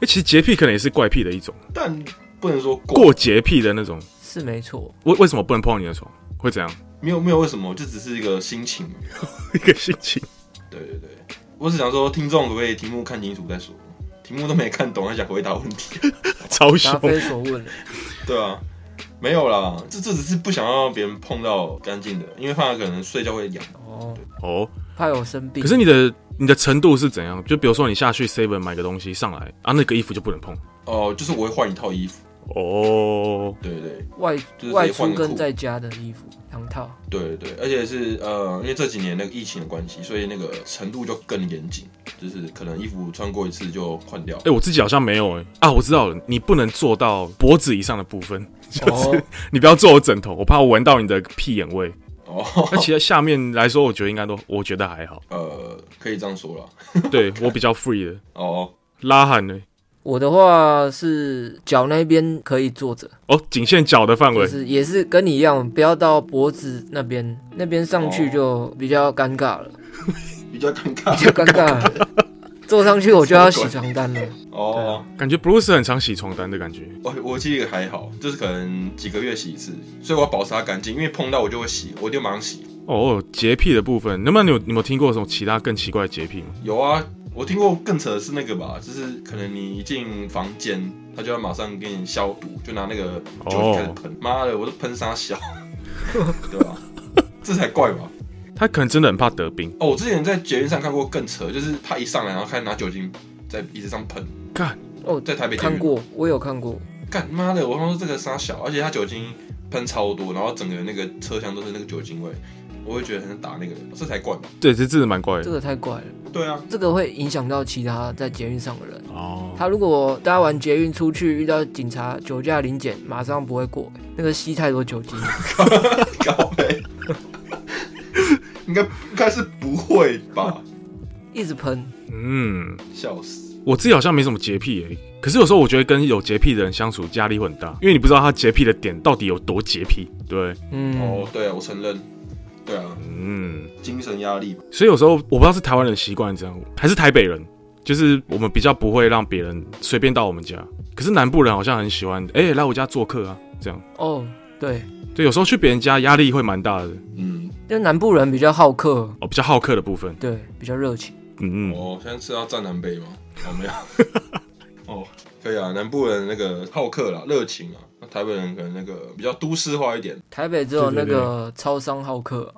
[SPEAKER 2] 哎其实洁癖可能也是怪癖的一种，
[SPEAKER 1] 但不能说过，
[SPEAKER 2] 过洁癖的那种。
[SPEAKER 3] 是没错，
[SPEAKER 2] 为为什么不能碰到你的床？会怎样？
[SPEAKER 1] 没有没有为什么，这只是一个心情。
[SPEAKER 2] *laughs* 一个心情。
[SPEAKER 1] 对对对，我只想说，听众可不可以题目看清楚再说？题目都没看懂，还想回答问题？ *laughs*
[SPEAKER 2] 超
[SPEAKER 3] 答
[SPEAKER 2] *laughs* 凶。
[SPEAKER 3] 非所问了。
[SPEAKER 1] 对啊，没有啦，这这只是不想要让别人碰到干净的，因为怕可能睡觉会痒。
[SPEAKER 3] 哦，
[SPEAKER 2] 哦，
[SPEAKER 3] 怕有生病。
[SPEAKER 2] 可是你的你的程度是怎样？就比如说你下去 Seven 买个东西上来啊，那个衣服就不能碰。
[SPEAKER 1] 哦、就是我会换一套衣服，
[SPEAKER 2] 哦，
[SPEAKER 1] 对对
[SPEAKER 3] 外
[SPEAKER 1] 就是
[SPEAKER 3] 外
[SPEAKER 1] 换
[SPEAKER 3] 出
[SPEAKER 1] 个
[SPEAKER 3] 跟
[SPEAKER 1] 裤
[SPEAKER 3] 在家的衣服两套，
[SPEAKER 1] 对对，而且是呃，因为这几年那个疫情的关系，所以那个程度就更严谨，就是可能衣服穿过一次就换掉
[SPEAKER 2] 哎、。我自己好像没有哎、啊，我知道了，你不能做到脖子以上的部分， *laughs*
[SPEAKER 3] 哦，
[SPEAKER 2] 你不要坐我枕头，我怕我闻到你的屁眼味。
[SPEAKER 1] 哦，
[SPEAKER 2] 那其实下面来说，我觉得应该都，我觉得还好。
[SPEAKER 1] 呃，可以这样说了。
[SPEAKER 2] 对我比较 free 的，
[SPEAKER 1] 哦，
[SPEAKER 2] 拉喊呢、
[SPEAKER 3] 我的话是脚那边可以坐着，
[SPEAKER 2] 哦，仅限脚的范围
[SPEAKER 3] 就。是也是跟你一样，不要到脖子那边，那边上去就比较尴尬了，
[SPEAKER 1] 比较尴
[SPEAKER 3] 比
[SPEAKER 1] 尬。
[SPEAKER 3] 较尴尬了。坐上去我就要洗床单了，
[SPEAKER 1] 哦，
[SPEAKER 2] 感觉 Bruce 很常洗床单的感觉。
[SPEAKER 1] 我我记得还好，就是可能几个月洗一次，所以我要保持它干净，因为碰到我就会洗，我就马上洗。
[SPEAKER 2] 哦，洁癖的部分，能不能你有你有没有听过什么其他更奇怪的洁癖吗？
[SPEAKER 1] 有啊，我听过更扯的是那个吧，就是可能你一进房间，他就要马上给你消毒，就拿那个酒开始喷。妈的，我都喷啥小， *laughs* 对吧？这才怪吧！
[SPEAKER 2] 他可能真的很怕得病。
[SPEAKER 1] 哦，我之前在捷运上看过更扯，就是他一上来，然后开始拿酒精在椅子上喷，
[SPEAKER 2] 干，
[SPEAKER 3] 哦
[SPEAKER 1] 在台北捷运
[SPEAKER 3] 看，过，我有看过，
[SPEAKER 1] 干妈的，我想说这个傻小，而且他酒精喷超多，然后整个那个车厢都是那个酒精味，我会觉得很打那个人，这才怪吧？
[SPEAKER 2] 对，这真的蛮怪
[SPEAKER 3] 这
[SPEAKER 2] 的。
[SPEAKER 3] 个太怪了，
[SPEAKER 1] 对啊，
[SPEAKER 3] 这个会影响到其他在捷运上的人。
[SPEAKER 2] 哦，
[SPEAKER 3] 他如果搭完捷运出去遇到警察酒驾临检，马上不会过，那个吸太多酒精。
[SPEAKER 1] *laughs* 搞呗，应该应该是不会吧？
[SPEAKER 3] 一直喷，
[SPEAKER 2] 嗯，
[SPEAKER 1] 笑死！
[SPEAKER 2] 我自己好像没什么洁癖诶、可是有时候我觉得跟有洁癖的人相处压力会很大，因为你不知道他洁癖的点到底有多洁癖。对，
[SPEAKER 3] 嗯，
[SPEAKER 1] 哦，对啊，我承认，对啊，
[SPEAKER 2] 嗯，
[SPEAKER 1] 精神压力吧。
[SPEAKER 2] 所以有时候我不知道是台湾人习惯这样，还是台北人，就是我们比较不会让别人随便到我们家。可是南部人好像很喜欢，哎、来我家做客啊，这样。
[SPEAKER 3] 哦，对，
[SPEAKER 2] 对，有时候去别人家压力会蛮大的，
[SPEAKER 1] 嗯，
[SPEAKER 3] 因为南部人比较好客，
[SPEAKER 2] 哦，比较好客的部分。
[SPEAKER 3] 对，比较热情。
[SPEAKER 2] 嗯嗯，
[SPEAKER 1] 哦我现在是要站南北吗？哦，没有。哦，可以啊，南部人那个好客啦，热情啊，那台北人可能那个比较都市化一点。 *laughs*
[SPEAKER 3] 台北只有
[SPEAKER 2] 对对
[SPEAKER 3] 那个超商好客，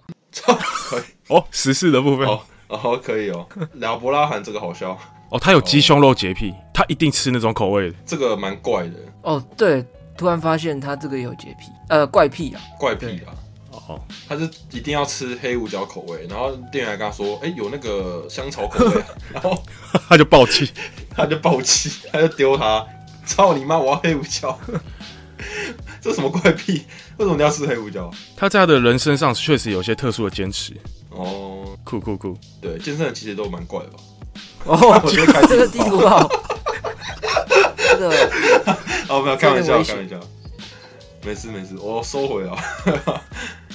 [SPEAKER 2] 哦，时事的部分，
[SPEAKER 1] 哦哦，可以哦，拉伯拉罕这个好笑，
[SPEAKER 2] 哦，他有鸡胸肉洁癖，他一定吃那种口味的。
[SPEAKER 1] 这个蛮怪的，
[SPEAKER 3] 哦，对，突然发现他这个有洁癖，呃，怪癖啊，
[SPEAKER 1] 怪癖啊。
[SPEAKER 2] 哦，
[SPEAKER 1] 他是一定要吃黑胡椒口味，然后店员还跟他说：“哎、有那个香草口味啊、 *laughs* 然后
[SPEAKER 2] 他就暴气。
[SPEAKER 1] 他就暴气，他就丢他，操你妈！我要黑胡椒， *laughs* 这什么怪癖？为什么你要吃黑胡椒？
[SPEAKER 2] *laughs* 他在他的人身上确实有些特殊的坚持，
[SPEAKER 1] 哦，
[SPEAKER 2] 酷酷酷！
[SPEAKER 1] 对，健身人其实都蛮怪的吧？
[SPEAKER 2] *laughs*
[SPEAKER 3] 哦
[SPEAKER 1] 我，觉得开
[SPEAKER 3] 这个地图炮，这个
[SPEAKER 1] 哦，没有开玩
[SPEAKER 3] 这有点
[SPEAKER 1] 笑，
[SPEAKER 3] 危
[SPEAKER 1] 开 *laughs*
[SPEAKER 3] 险
[SPEAKER 1] 玩笑，没事没事，我收回啊。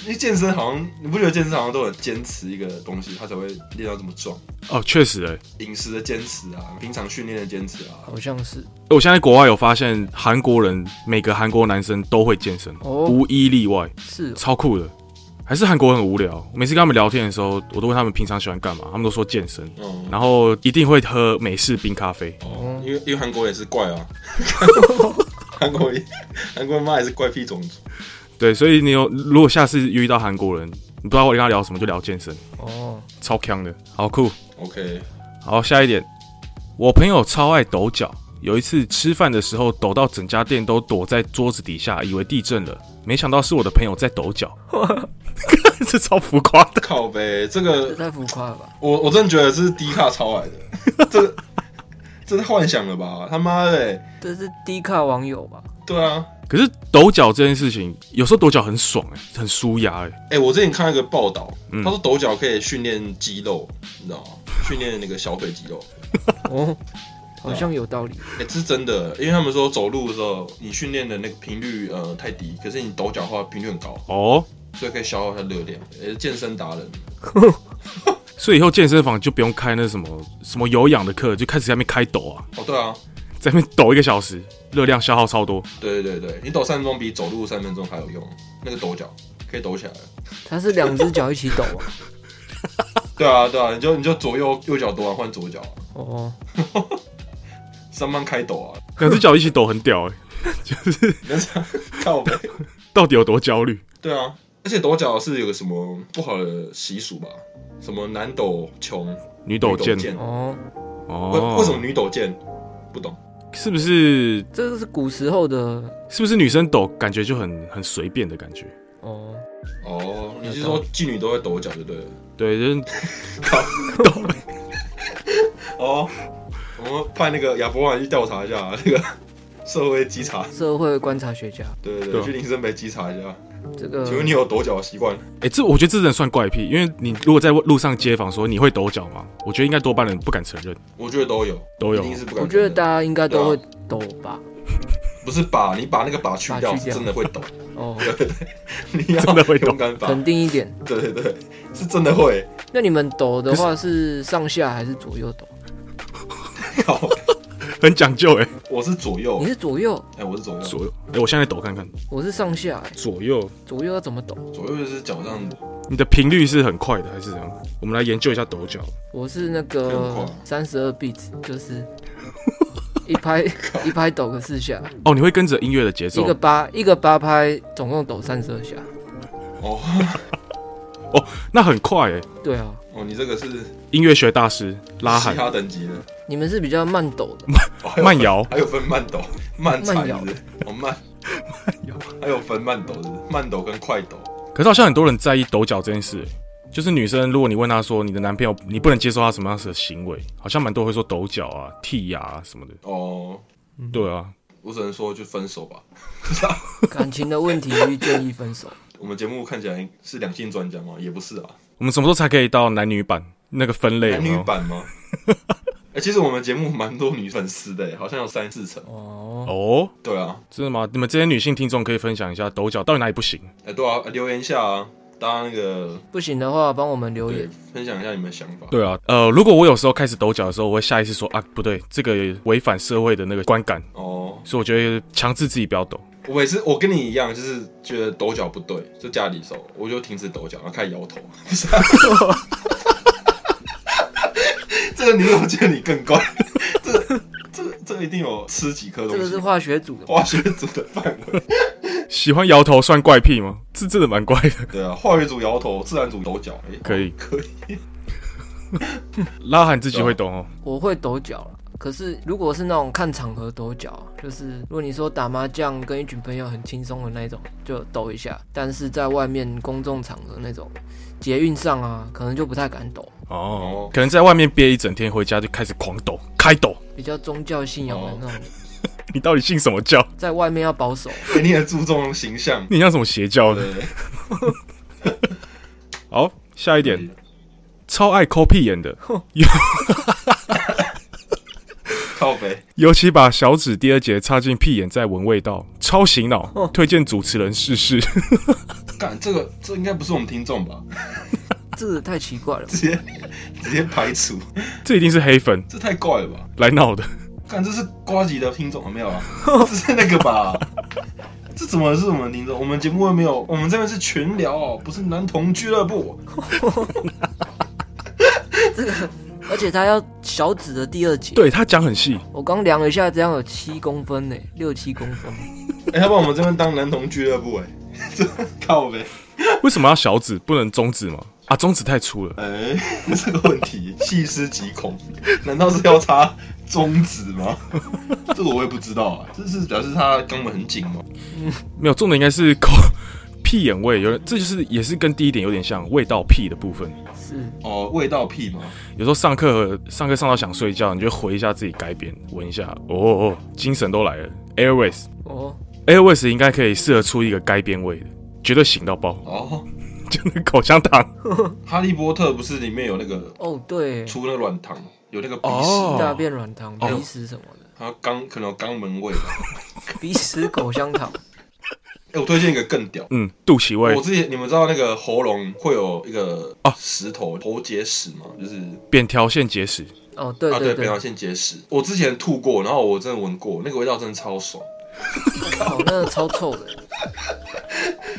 [SPEAKER 1] 因因为健身好像你不觉得健身好像都有坚持一个东西，他才会练到这么壮？
[SPEAKER 2] 哦，确实诶、
[SPEAKER 1] 饮食的坚持啊，平常训练的坚持啊，
[SPEAKER 3] 好像是
[SPEAKER 2] 我现在国外有发现，韩国人每个韩国男生都会健身，
[SPEAKER 3] 哦
[SPEAKER 2] 无一例外，
[SPEAKER 3] 是哦
[SPEAKER 2] 超酷的。还是韩国人很无聊，我每次跟他们聊天的时候，我都问他们平常喜欢干嘛，他们都说健身，
[SPEAKER 1] 嗯，
[SPEAKER 2] 然后一定会喝美式冰咖啡。
[SPEAKER 1] 哦，因为因为韩国也是怪啊，韩国也韩国妈也是怪癖种族，
[SPEAKER 2] 对，所以你有如果下次遇到韩国人，你不知道我跟他聊什么，就聊健身，
[SPEAKER 3] 哦，
[SPEAKER 2] 超强的，好酷。
[SPEAKER 1] OK，
[SPEAKER 2] 好，下一点，我朋友超爱抖脚，有一次吃饭的时候抖到整家店都躲在桌子底下，以为地震了，没想到是我的朋友在抖脚， *laughs* 这超浮夸的。
[SPEAKER 1] 靠呗，这
[SPEAKER 3] 这
[SPEAKER 1] 个
[SPEAKER 3] 太浮夸了吧？
[SPEAKER 1] 我我真的觉得是低卡超矮的，这个这是幻想了吧？他妈的，欸
[SPEAKER 3] 这是低卡网友吧？
[SPEAKER 1] 对啊，
[SPEAKER 2] 可是抖脚这件事情，有时候抖脚很爽哎、很舒压哎。
[SPEAKER 1] 哎、我之前看到一个报道，
[SPEAKER 2] 嗯
[SPEAKER 1] 他说抖脚可以训练肌肉，你知道吗？训练那个小腿肌肉，
[SPEAKER 3] 哦，好像有道理。
[SPEAKER 1] 哎、这是真的，因为他们说走路的时候，你训练的那个频率呃太低，可是你抖脚的话频率很高，
[SPEAKER 2] 哦，
[SPEAKER 1] 所以可以消耗一下热量。也、是健身达人，
[SPEAKER 2] 所以以后健身房就不用开那什么什么有氧的课，就开始在那边开抖啊，
[SPEAKER 1] 哦，对啊，
[SPEAKER 2] 在那边抖一个小时，热量消耗超多。
[SPEAKER 1] 对对对对，你抖三分钟比走路三分钟还有用，那个抖脚可以抖起来。
[SPEAKER 3] 他是两只脚一起抖啊。
[SPEAKER 1] 对啊对啊，你就你就左右右脚抖完换左脚、啊，
[SPEAKER 3] 哦，
[SPEAKER 1] 上班开抖啊，
[SPEAKER 2] 两只脚一起抖很屌哎、
[SPEAKER 1] 那是 *laughs* 靠背。
[SPEAKER 2] 到底有多焦虑？
[SPEAKER 1] 对啊，而且抖脚是有个什么不好的习俗吧？什么男抖穷，
[SPEAKER 2] 女抖
[SPEAKER 1] 女
[SPEAKER 2] 健
[SPEAKER 1] 贱
[SPEAKER 3] 哦，
[SPEAKER 2] 哦
[SPEAKER 1] 为为什么女抖贱？不懂。
[SPEAKER 2] 是不是
[SPEAKER 3] 这个是古时候的
[SPEAKER 2] 是不是女生抖感觉就很很随便的感觉？
[SPEAKER 3] 哦，
[SPEAKER 1] 哦，你是说妓女都会抖脚就对了。
[SPEAKER 2] 对，就是
[SPEAKER 1] 哦，我们派那个亚伯兰去调查一下 *laughs* 那个社会稽查。
[SPEAKER 3] 社会观察学家。
[SPEAKER 1] 对对
[SPEAKER 2] 对
[SPEAKER 1] 对，
[SPEAKER 2] 啊嗯
[SPEAKER 1] 去林森北稽查一下。
[SPEAKER 3] 这个
[SPEAKER 1] 请问你有抖脚的习惯？
[SPEAKER 2] 哎、这我觉得这真的算怪癖，因为你如果在路上街访说你会抖脚吗？我觉得应该多半人不敢承认，
[SPEAKER 1] 我觉得都有，
[SPEAKER 2] 都有
[SPEAKER 1] 一定是不敢。
[SPEAKER 3] 我觉得大家应该都会
[SPEAKER 1] 对
[SPEAKER 3] 抖吧？
[SPEAKER 1] 不是把你把那个把去掉，
[SPEAKER 3] 把
[SPEAKER 1] 是
[SPEAKER 3] 去掉
[SPEAKER 1] 真的会
[SPEAKER 2] *laughs*
[SPEAKER 1] 抖。
[SPEAKER 3] 哦，
[SPEAKER 1] 你要
[SPEAKER 2] 真的会抖
[SPEAKER 1] 勇敢把。
[SPEAKER 3] 肯定一点。
[SPEAKER 1] 对对对，是真的
[SPEAKER 2] *laughs*
[SPEAKER 1] 会。
[SPEAKER 3] 那你们抖的话是上下还是左右抖？
[SPEAKER 1] 靠
[SPEAKER 2] 很讲究哎、
[SPEAKER 1] 我是左右
[SPEAKER 3] 你，是左右，
[SPEAKER 1] 哎，我是左右，
[SPEAKER 2] 左右，哎、我现在抖看看，
[SPEAKER 3] 我是上下、欸，
[SPEAKER 2] 左右，
[SPEAKER 3] 左右要怎么抖？
[SPEAKER 1] 左右就是脚上
[SPEAKER 2] 你的频率是很快的还是怎样？我们来研究一下抖脚，
[SPEAKER 3] 我是那
[SPEAKER 1] 这样
[SPEAKER 3] 个
[SPEAKER 1] 快
[SPEAKER 3] 三十二 beats，就是一拍 *laughs* 一拍抖个四下，
[SPEAKER 2] 哦，你会跟着音乐的节
[SPEAKER 3] 一
[SPEAKER 2] 奏
[SPEAKER 3] 个八一个八拍，总共抖三十二下。
[SPEAKER 1] 哦
[SPEAKER 2] 哦，那很快哎、
[SPEAKER 3] 对啊，
[SPEAKER 1] 哦，你这个是
[SPEAKER 2] 音乐学大师拉
[SPEAKER 1] 嘻
[SPEAKER 2] 喊
[SPEAKER 1] 哈等级的，
[SPEAKER 3] 你们是比较慢抖的，
[SPEAKER 1] 哦还有
[SPEAKER 2] 慢摇
[SPEAKER 1] 还有分慢抖、慢踩
[SPEAKER 3] 慢
[SPEAKER 1] 是
[SPEAKER 3] 摇
[SPEAKER 1] 不是？哦慢慢
[SPEAKER 2] 摇，
[SPEAKER 1] 还有分慢抖是不是慢抖跟快抖。
[SPEAKER 2] 可是好像很多人在意抖脚这件事、就是女生，如果你问她说你的男朋友，你不能接受他什么样子的行为，好像蛮多会说抖脚啊、剃牙啊什么的。
[SPEAKER 1] 哦，
[SPEAKER 2] 对啊，
[SPEAKER 1] 我只能说就分手吧。
[SPEAKER 3] 感情的问题建议分手。
[SPEAKER 1] 我们节目看起来是两性专家吗？也不是啊，
[SPEAKER 2] 我们什么时候才可以到男女版那个分类有
[SPEAKER 1] 男
[SPEAKER 2] 没有？
[SPEAKER 1] 女版吗？
[SPEAKER 2] 哦
[SPEAKER 1] *laughs* 哎，其实我们节目蛮多女粉丝的，欸好像有三四成。
[SPEAKER 3] *laughs* 哦，
[SPEAKER 2] 哦，
[SPEAKER 1] 对啊，
[SPEAKER 2] 真的吗？你们这些女性听众可以分享一下抖脚到底哪里不行？
[SPEAKER 1] 哎对啊，留言一下啊，大家那个
[SPEAKER 3] 不行的话帮我们留
[SPEAKER 1] 对
[SPEAKER 3] 言。
[SPEAKER 1] 分享一下你们的想法。
[SPEAKER 2] 对啊，呃，如果我有时候开始抖脚的时候，我会下意识说啊，不对，这个违反社会的那个观感，
[SPEAKER 1] 哦，
[SPEAKER 2] 所以我觉得强制自己不要抖。
[SPEAKER 1] *laughs* 我也是，我跟你一样，就是觉得抖脚不对，就家里手，我就停止抖脚，然后开始摇头。 *laughs* 不是啊这个你我觉得你更怪， *laughs* 这个这个这个一定有吃几颗
[SPEAKER 3] 这
[SPEAKER 1] 东
[SPEAKER 3] 个是
[SPEAKER 1] 西。
[SPEAKER 3] 化学组的，
[SPEAKER 1] 化学组的范围，
[SPEAKER 2] 喜欢摇头算怪癖吗？这真的蛮怪的。
[SPEAKER 1] 对啊，化学组摇头，自然组抖脚，哎、
[SPEAKER 2] 可以
[SPEAKER 1] 可以，
[SPEAKER 2] 拉喊自己会抖哦，
[SPEAKER 3] 我会抖脚了。可是如果是那种看场合抖脚，就是如果你说打麻将跟一群朋友很轻松的那种，就抖一下；但是在外面公众场合那种，捷运上啊，可能就不太敢抖，
[SPEAKER 2] 哦
[SPEAKER 1] 哦，
[SPEAKER 2] 可能在外面憋一整天，回家就开始狂抖，开抖。
[SPEAKER 3] 比较宗教信仰的那种，
[SPEAKER 2] 你到底信什么教？
[SPEAKER 3] 在外面要保守。
[SPEAKER 1] 哎你也注重形象，
[SPEAKER 2] 你像什么邪教的？
[SPEAKER 1] 对，
[SPEAKER 2] 好，下一
[SPEAKER 1] 一
[SPEAKER 2] 点，超爱抠屁眼的，有
[SPEAKER 1] 靠北，
[SPEAKER 2] 尤其把小指第二节插进屁眼再闻味道，超洗脑，推荐主持人试试。 *laughs*
[SPEAKER 1] 干这个这应该不是我们听众吧？
[SPEAKER 3] 这个太奇怪了。
[SPEAKER 1] 直接直接排除，
[SPEAKER 2] 这一定是黑粉
[SPEAKER 1] 这太怪了吧？
[SPEAKER 2] 来闹的。
[SPEAKER 1] 干这是瓜吉的听众啊没有啊？这是那个吧？这怎么是我们听众？我们节目又没有，我们这边是群聊哦，不是男童俱乐部。
[SPEAKER 3] 而且他要小指的第二节，
[SPEAKER 2] 对他讲很细，
[SPEAKER 3] 我刚量了一下，这样有七公分呢，六七公分。
[SPEAKER 1] 哎、要把我们这边当男童俱乐部哎、 *laughs* 这靠北。
[SPEAKER 2] 为什么要小指不能中指吗？啊，中指太粗了。
[SPEAKER 1] 哎、这个问题细思极恐，难道是要插中指吗？这个我也不知道啊，这是表示他肛门很紧吗？
[SPEAKER 2] 没有，重点应该是口 *laughs* 屁眼味，有人这就是也是跟第一点有点像，味道屁的部分。
[SPEAKER 3] 是，
[SPEAKER 1] 哦，味道屁吗？
[SPEAKER 2] 有时候上课上课上到想睡觉，你就回一下自己改扁，闻一下，哦哦，哦精神都来了。Airways
[SPEAKER 3] 哦，
[SPEAKER 2] Airways 应该可以适合出一个改扁味的，绝对醒到爆， *laughs*
[SPEAKER 1] 哦，
[SPEAKER 2] 就那个口香糖。
[SPEAKER 1] 哈利波特不是里面有那个
[SPEAKER 3] 哦，对，
[SPEAKER 1] 出那个软糖，有那个鼻
[SPEAKER 2] 哦
[SPEAKER 1] 屎，
[SPEAKER 3] 大便软糖、鼻屎什么的，
[SPEAKER 1] 他肛可能有肛门味吧。
[SPEAKER 3] 鼻屎口香
[SPEAKER 1] *laughs*
[SPEAKER 3] 糖。
[SPEAKER 1] 哎、我推荐一个更屌。
[SPEAKER 2] 嗯，肚脐味
[SPEAKER 1] 我之前你们知道那个喉咙会有一个
[SPEAKER 2] 啊
[SPEAKER 1] 石头、喉结石吗？就是
[SPEAKER 2] 扁条线结石，
[SPEAKER 3] 哦，对
[SPEAKER 1] 啊，对，扁
[SPEAKER 3] 对，
[SPEAKER 1] 桃腺结石。我之前吐过，然后我真的闻过，那个味道真的超爽。
[SPEAKER 3] 哦，那个超臭的，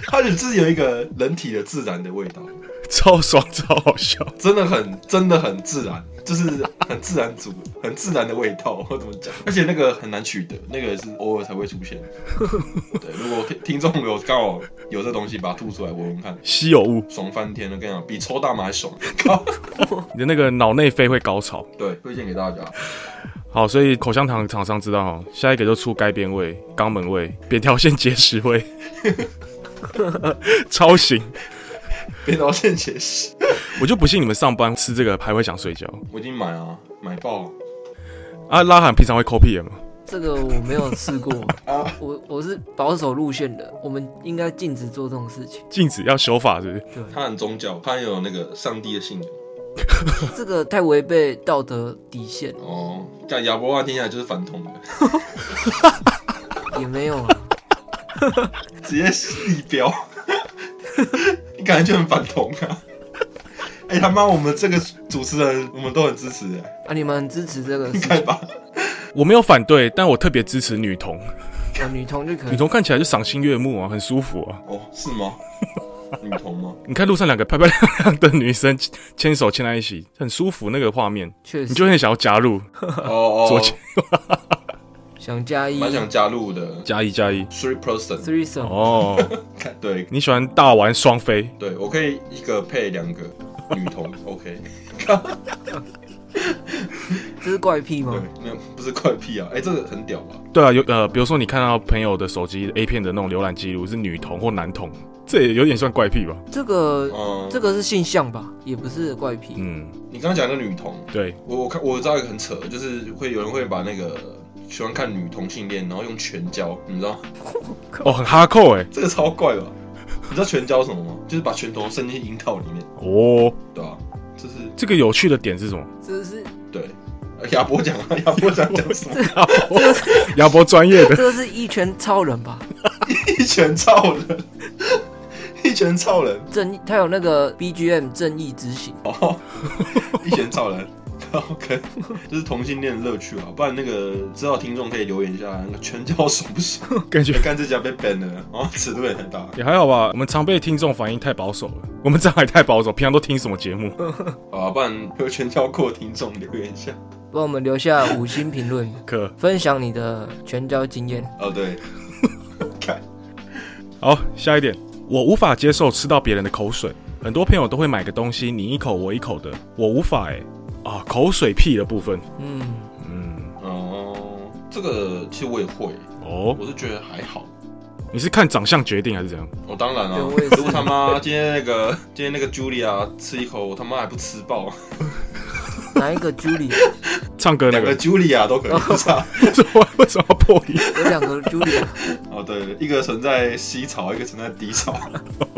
[SPEAKER 1] 它就是有一个人体的自然的味道，
[SPEAKER 2] 超爽超好笑。
[SPEAKER 1] 真的很真的很自然，就是很自然组、很自然的味道，我怎么讲？而且那个很难取得，那个是偶尔才会出现。对，如果听听众有刚好有这东西，把它吐出来闻闻看，
[SPEAKER 2] 稀有物，
[SPEAKER 1] 爽翻天了！跟你讲，比抽大麻还爽。 *laughs* 靠，
[SPEAKER 2] 你的那个脑内啡会高潮。
[SPEAKER 1] 对，推荐给大家。
[SPEAKER 2] 好，所以口香糖厂商知道哦，下一个就出该边味、肛门味、扁条线结石味， *laughs* 超行！
[SPEAKER 1] 扁桃腺结石，
[SPEAKER 2] 我就不信你们上班吃这个还会想睡觉
[SPEAKER 1] 我已经买啊，买爆啊
[SPEAKER 2] 啊！拉罕平常会抠屁眼吗？
[SPEAKER 3] 这个我没有试过，
[SPEAKER 1] *laughs* 啊！
[SPEAKER 3] 我我是保守路线的，我们应该禁止做这种
[SPEAKER 1] *laughs*
[SPEAKER 3] 事情。
[SPEAKER 2] 禁止要修法是不是？
[SPEAKER 1] 他很宗教，他很有那个上帝的信仰。
[SPEAKER 3] 这个太违背道德底线了，
[SPEAKER 1] 哦，但亚伯拉听起来就是反同的，
[SPEAKER 3] 也没有啊。
[SPEAKER 1] *laughs* 直接立标， *laughs* 你感觉就很反同 *laughs* 啊！哎、他妈，我们这个主持人我们都很支持的，
[SPEAKER 3] 啊，你们很支持这个
[SPEAKER 1] 你 *laughs*
[SPEAKER 3] 事
[SPEAKER 1] 看
[SPEAKER 3] 情，
[SPEAKER 1] 吧，
[SPEAKER 2] 我没有反对，但我特别支持女童，
[SPEAKER 3] 啊，女童就可
[SPEAKER 2] 女
[SPEAKER 3] 以。
[SPEAKER 2] 童看起来就赏心悦目啊，很舒服啊。
[SPEAKER 1] 哦，是 *laughs* 吗？女同吗？
[SPEAKER 2] 你看路上两个漂漂亮亮的女生牵手牵在一起，很舒服那个画面，
[SPEAKER 3] 确
[SPEAKER 2] 你就
[SPEAKER 3] 实
[SPEAKER 2] 很想要加入。
[SPEAKER 1] 哦
[SPEAKER 2] 左
[SPEAKER 1] 哦，
[SPEAKER 2] 肩
[SPEAKER 3] 想加一
[SPEAKER 1] 蛮想加入的
[SPEAKER 2] 加一加一
[SPEAKER 1] ，three person，
[SPEAKER 3] three s o m
[SPEAKER 2] 哦，
[SPEAKER 1] 对
[SPEAKER 2] 你喜欢大玩双飞？
[SPEAKER 1] 对，我可以一个配两个女同，OK，
[SPEAKER 3] 这是怪癖吗
[SPEAKER 1] 对？，没有不是怪癖啊，哎、这个很屌吧？
[SPEAKER 2] 对啊，有呃，比如说你看到朋友的手机 A 片的那种浏览记录是女童或男童，这也有点算怪癖吧？
[SPEAKER 3] 这个
[SPEAKER 1] 嗯，
[SPEAKER 3] 这个是性向吧，也不是怪癖。
[SPEAKER 2] 嗯，
[SPEAKER 1] 你刚刚讲的女同，
[SPEAKER 2] 对，
[SPEAKER 1] 我我看我知道一个很扯的，就是会有人会把那个喜欢看女同性恋，然后用拳交，你知道 *laughs*
[SPEAKER 2] 哦，很哈扣哎，
[SPEAKER 1] 这个超怪吧？你知道拳交什么吗？就是把拳头伸进阴道里面，
[SPEAKER 2] 哦，
[SPEAKER 1] 对吧、就是
[SPEAKER 2] 这个有趣的点是什么？
[SPEAKER 3] 这是
[SPEAKER 1] 对。亚伯讲啊，亚伯讲讲什么？
[SPEAKER 2] 亚博专业的，
[SPEAKER 3] 这
[SPEAKER 2] *laughs*
[SPEAKER 3] 个是一拳超人吧？ *laughs*
[SPEAKER 1] 一拳超人，一拳超人，
[SPEAKER 3] 正义他有那个 BGM 正义执行，
[SPEAKER 2] 哦
[SPEAKER 1] 一拳超人。OK，这 *laughs* 是同性恋的乐趣啊，不然那个知道听众可以留言一下，那个拳交爽不爽？哎
[SPEAKER 2] 感觉
[SPEAKER 1] 干这家被 ban 了，然后尺度也太大。
[SPEAKER 2] 也还好吧。我们常被听众反应太保守了，我们这样也太保守，平常都听什么节目？
[SPEAKER 1] 好啊，不然有拳交过的听众留言一下。
[SPEAKER 3] 帮我们留下五星
[SPEAKER 2] *laughs*
[SPEAKER 3] 评论，
[SPEAKER 2] 可
[SPEAKER 3] 分享你的拳交经验。
[SPEAKER 1] 哦，对，看
[SPEAKER 2] 好，下一点，我无法接受吃到别人的口水。很多朋友都会买个东西，你一口我一口的，我无法哎、啊，口水屁的部分，
[SPEAKER 3] 嗯，
[SPEAKER 2] 嗯，
[SPEAKER 1] 哦，这个其实我也会，
[SPEAKER 2] 哦，
[SPEAKER 1] 我是觉得还好。
[SPEAKER 2] 你是看长相决定还是怎样？
[SPEAKER 1] 我、当然啊
[SPEAKER 3] 对我也，是
[SPEAKER 1] 如果他妈今天那个今天那个 Julia 吃一口，我他妈还不吃爆，
[SPEAKER 3] 哪一个
[SPEAKER 2] *laughs*
[SPEAKER 3] Julie？
[SPEAKER 2] 唱歌那
[SPEAKER 1] 两
[SPEAKER 2] 个
[SPEAKER 1] 个，Julia 都可以不是啊。
[SPEAKER 2] 为什么 *laughs* 为什么要破音？
[SPEAKER 3] 有两个
[SPEAKER 2] *laughs*
[SPEAKER 3] Julie，
[SPEAKER 1] 哦，对，一个存在西潮，一个存在低潮。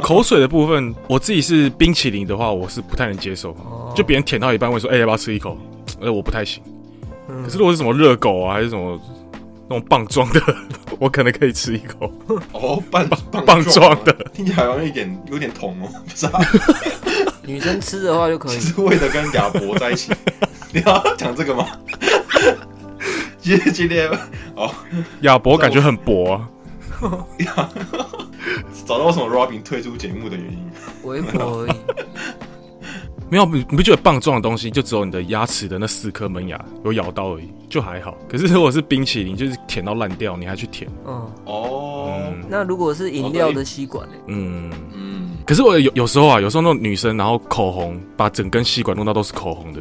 [SPEAKER 2] 口水的部分，我自己是冰淇淋的话，我是不太能接受。
[SPEAKER 3] 哦
[SPEAKER 2] 就别人舔到一半问说：“哎、要不要吃一口？”呃，我不太行。
[SPEAKER 3] 嗯
[SPEAKER 2] 可是如果是什么热狗啊，还是什么那种棒状的， *laughs* 我可能可以吃一口。
[SPEAKER 1] 哦，棒棒啊
[SPEAKER 2] 棒状的，
[SPEAKER 1] 听起来好像有点有点痛哦，不是啊？
[SPEAKER 3] 女生吃的话
[SPEAKER 2] *laughs*
[SPEAKER 3] 就可以
[SPEAKER 1] 其。实为了跟亚伯在一起， *laughs* 你要讲这个吗？ *laughs* 今天今天哦，
[SPEAKER 2] 亚伯感觉很薄啊，
[SPEAKER 1] 找到为什么 Robin 退出节目的原因。
[SPEAKER 3] 微博而已，
[SPEAKER 2] 没有，你你不觉得棒状的东西就只有你的牙齿的那四颗门牙有咬到而已，就还好。可是如果是冰淇淋，就是舔到烂掉，你还去舔，
[SPEAKER 3] 嗯，
[SPEAKER 1] 哦，
[SPEAKER 2] 嗯
[SPEAKER 3] 那如果是饮料的吸管呢、
[SPEAKER 2] 嗯。
[SPEAKER 1] 嗯，
[SPEAKER 2] 可是我有有时候啊，有时候那种女生，然后口红把整根吸管弄到都是口红的，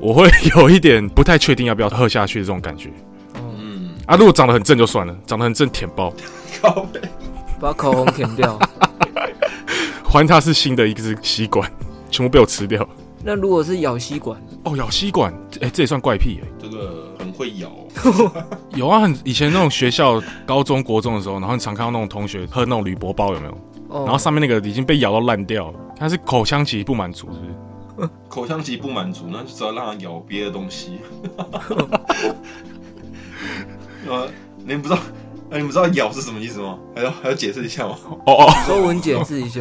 [SPEAKER 2] 我会有一点不太确定要不要喝下去的这种感觉
[SPEAKER 3] 嗯，
[SPEAKER 1] 嗯，
[SPEAKER 2] 啊。如果长得很正就算了，长得很正舔爆，
[SPEAKER 1] 靠背，
[SPEAKER 3] 把口红舔
[SPEAKER 2] *laughs*
[SPEAKER 3] 掉。
[SPEAKER 2] 还它是新的一支吸管， *laughs* 全部被我吃掉。
[SPEAKER 3] 那如果是咬吸管，
[SPEAKER 2] 哦，咬吸管，哎、这也算怪癖哎、
[SPEAKER 1] 这个很会咬哦，
[SPEAKER 2] 有啊，很以前那种学校、高中国中的时候，然后你常看到那种同学喝那种铝箔包，有没有？
[SPEAKER 3] 哦，
[SPEAKER 2] 然后上面那个已经被咬到烂掉了，他是口腔期不满足，是不是？
[SPEAKER 1] 口腔期不满足，那就只要让它咬别的东西。呃，你们不知道，呃，你们知道咬是什么意思吗？还要还要解释一下吗？ *laughs*
[SPEAKER 2] 哦哦，
[SPEAKER 3] 周文解释一下，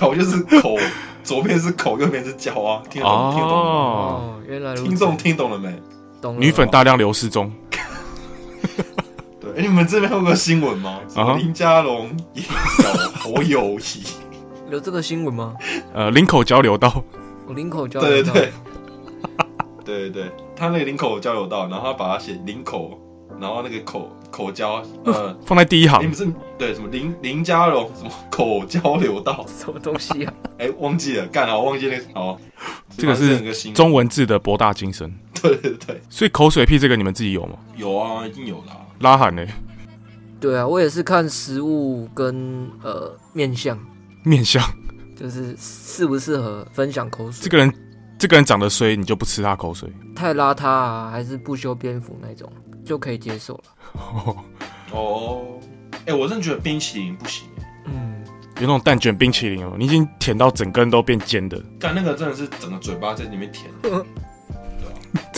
[SPEAKER 1] 咬就是口，左边是口，右边是脚啊，听得懂？听得懂吗？
[SPEAKER 2] 哦，
[SPEAKER 3] 哦，原来如此，
[SPEAKER 1] 听众听懂了没？
[SPEAKER 3] 懂了
[SPEAKER 2] 女粉大量流失中，
[SPEAKER 1] 对，哎、你们这边有个新闻吗？什么
[SPEAKER 2] 啊哈
[SPEAKER 1] 林家龙也咬侯友 *laughs* 谊，
[SPEAKER 3] 有这个新闻吗？
[SPEAKER 2] 呃，领口交流道，
[SPEAKER 3] 我领口交
[SPEAKER 1] 对
[SPEAKER 3] 流
[SPEAKER 1] 对
[SPEAKER 3] 道，
[SPEAKER 1] 对，对对对，他那个领口交流道，然后他把它写领口，然后那个口口交，
[SPEAKER 2] *laughs*
[SPEAKER 1] 呃，
[SPEAKER 2] 放在第一
[SPEAKER 1] 你
[SPEAKER 2] 行
[SPEAKER 1] 们，是对什么林林家龙什么口交流道？
[SPEAKER 3] 什么东西啊？
[SPEAKER 1] 哎、忘记了，干了，我忘记那个哦，
[SPEAKER 2] 这个
[SPEAKER 1] 反正有个
[SPEAKER 2] 是
[SPEAKER 1] 新闻，
[SPEAKER 2] 中文字的博大精深。
[SPEAKER 1] *laughs* 对对对，
[SPEAKER 2] 所以口水屁这个你们自己有吗？
[SPEAKER 1] 有啊，一定有啦。
[SPEAKER 2] 拉喊呢、 *laughs*
[SPEAKER 3] 对啊，我也是看食物跟呃面相，
[SPEAKER 2] 面相，
[SPEAKER 3] 就是适不适合分享口水，
[SPEAKER 2] 这个人，这个人长得衰，你就不吃他口水。 *laughs*
[SPEAKER 3] 太邋遢啊，还是不修边幅那种，就可以接受了。
[SPEAKER 2] 哦，
[SPEAKER 1] 哦，哎、我真的觉得冰淇淋不行，
[SPEAKER 3] *laughs* 嗯，
[SPEAKER 2] 有那种蛋卷冰淇淋哦，你已经舔到整根都变尖的，
[SPEAKER 1] 干那个真的是整个嘴巴在里面舔。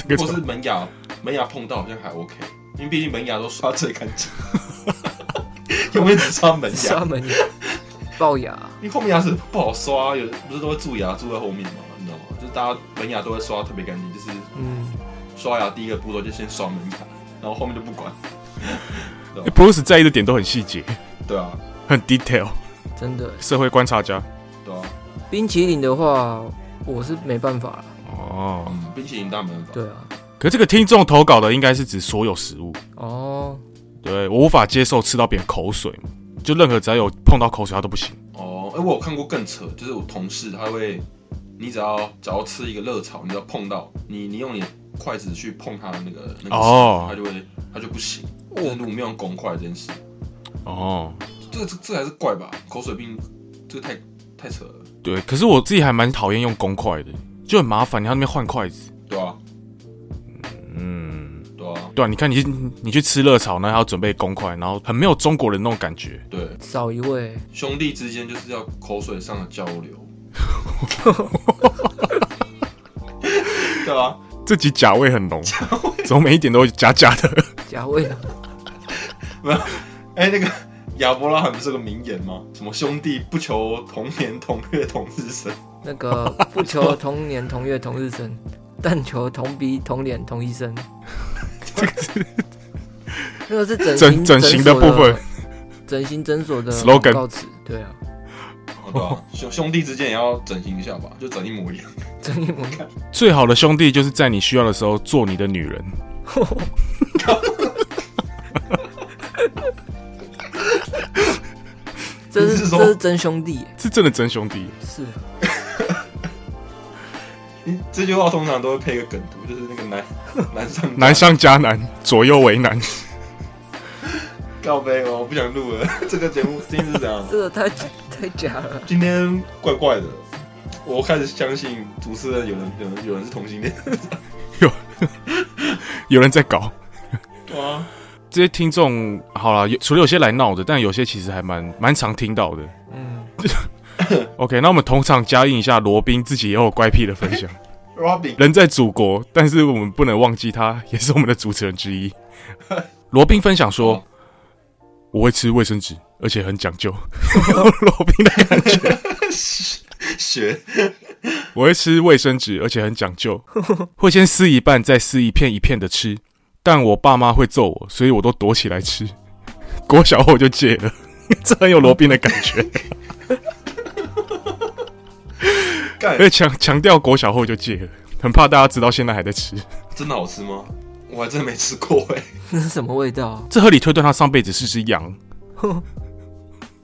[SPEAKER 2] 这个
[SPEAKER 1] 或是门牙，门牙碰到好像还 OK，因为毕竟门牙都刷最干净， *laughs* 永远只刷门牙
[SPEAKER 3] 刷，门牙、龅牙，
[SPEAKER 1] 因为后面牙齿不好刷，有不是都会蛀牙蛀在后面嘛，你知道吗？就是大家门牙都会刷特别干净，就是
[SPEAKER 3] 嗯，
[SPEAKER 1] 刷牙第一个步骤就先刷门牙，然后后面就不管。
[SPEAKER 2] 欸 Bruce 在意的点都很细节， *laughs*
[SPEAKER 1] 对啊，
[SPEAKER 2] 很 detail，
[SPEAKER 3] 真的。
[SPEAKER 2] 社会观察家。
[SPEAKER 1] 对啊，
[SPEAKER 3] 冰淇淋的话，我是没办法了。
[SPEAKER 2] 哦，
[SPEAKER 1] 嗯，冰淇淋当然没办法。
[SPEAKER 3] 对啊，
[SPEAKER 2] 可这个听众投稿的应该是指所有食物，
[SPEAKER 3] 哦，
[SPEAKER 2] 对我无法接受吃到别人口水嘛，就任何只要有碰到口水他都不行。
[SPEAKER 1] 哦，哎、我有看过更扯，就是我同事他会，你只要只要吃一个热炒，你只要碰到你，你用你的筷子去碰他的那个那个，
[SPEAKER 2] 哦
[SPEAKER 1] 他就会他就不行。就是
[SPEAKER 3] 我
[SPEAKER 1] 如果没有用公筷这件事，
[SPEAKER 2] 哦，
[SPEAKER 1] 这个这这还是怪吧？口水病，这个太太扯了，
[SPEAKER 2] 对，可是我自己还蛮讨厌用公筷的，就很麻烦，你要那边换筷子。
[SPEAKER 1] 对啊，
[SPEAKER 2] 嗯，
[SPEAKER 1] 对啊，
[SPEAKER 2] 对啊，你看你去你去吃热炒，然后还要准备公筷，然后很没有中国人那种感觉。
[SPEAKER 1] 对，
[SPEAKER 3] 少一位，
[SPEAKER 1] 兄弟之间就是要口水上的交流， *laughs* 对啊，
[SPEAKER 2] 这集假味很浓，怎么每一点都假假的？
[SPEAKER 3] 假位啊，
[SPEAKER 1] 哎、那个亚伯拉罕不是有个名言吗？什么兄弟不求同年同月同日生，
[SPEAKER 3] 那个不求同年同月同日生，但求同鼻同脸同医生。这个是那个是整形
[SPEAKER 2] 整整形的
[SPEAKER 3] 诊所
[SPEAKER 2] 部分，
[SPEAKER 3] 整形诊所的
[SPEAKER 2] Slogan
[SPEAKER 3] 广告词。对啊，
[SPEAKER 1] 哦、对啊，兄兄弟之间也要整形一下吧，就整一模一样，
[SPEAKER 3] 整一模一样。
[SPEAKER 2] 最好的兄弟就是在你需要的时候做你的女人。
[SPEAKER 3] 这
[SPEAKER 1] 你是
[SPEAKER 3] 是
[SPEAKER 1] 说
[SPEAKER 3] 这是真兄弟耶，
[SPEAKER 2] 是真的真兄弟，
[SPEAKER 3] 是
[SPEAKER 1] 你这句话通常都会配一个梗图，就是那个男男上
[SPEAKER 2] 难上加难，左右为难。 *laughs*
[SPEAKER 1] 告杯哦，我不想录了，这个节目今天是怎样？
[SPEAKER 3] 这个太太假了。
[SPEAKER 1] 今天怪怪的，我开始相信主持人有人有人有人是同性恋。
[SPEAKER 2] 有人在搞
[SPEAKER 1] 对啊，
[SPEAKER 2] 这些听众，好了，有除了有些来闹的，但有些其实还蛮蛮常听到的。
[SPEAKER 3] 嗯，
[SPEAKER 2] OK，那我们同场加印一下罗宾自己也有怪癖的分享。
[SPEAKER 1] Robin，
[SPEAKER 2] 人在祖国，但是我们不能忘记他也是我们的主持人之一。罗宾分享说：“我会吃卫生纸，而且很讲究。”罗宾的感觉，
[SPEAKER 1] 学
[SPEAKER 2] 我会吃卫生纸，而且很讲究，会先撕一半，再撕一片一片的吃。但我爸妈会揍我，所以我都躲起来吃。国小后就戒了， *laughs* 这很有罗宾的感觉。
[SPEAKER 1] 干
[SPEAKER 2] 而且强强调国小后就戒了，很怕大家知道现在还在吃。
[SPEAKER 1] 真的好吃吗？我还真没吃过哎、
[SPEAKER 3] 那是什么味道啊？
[SPEAKER 2] 这合理推断他上辈子是只羊，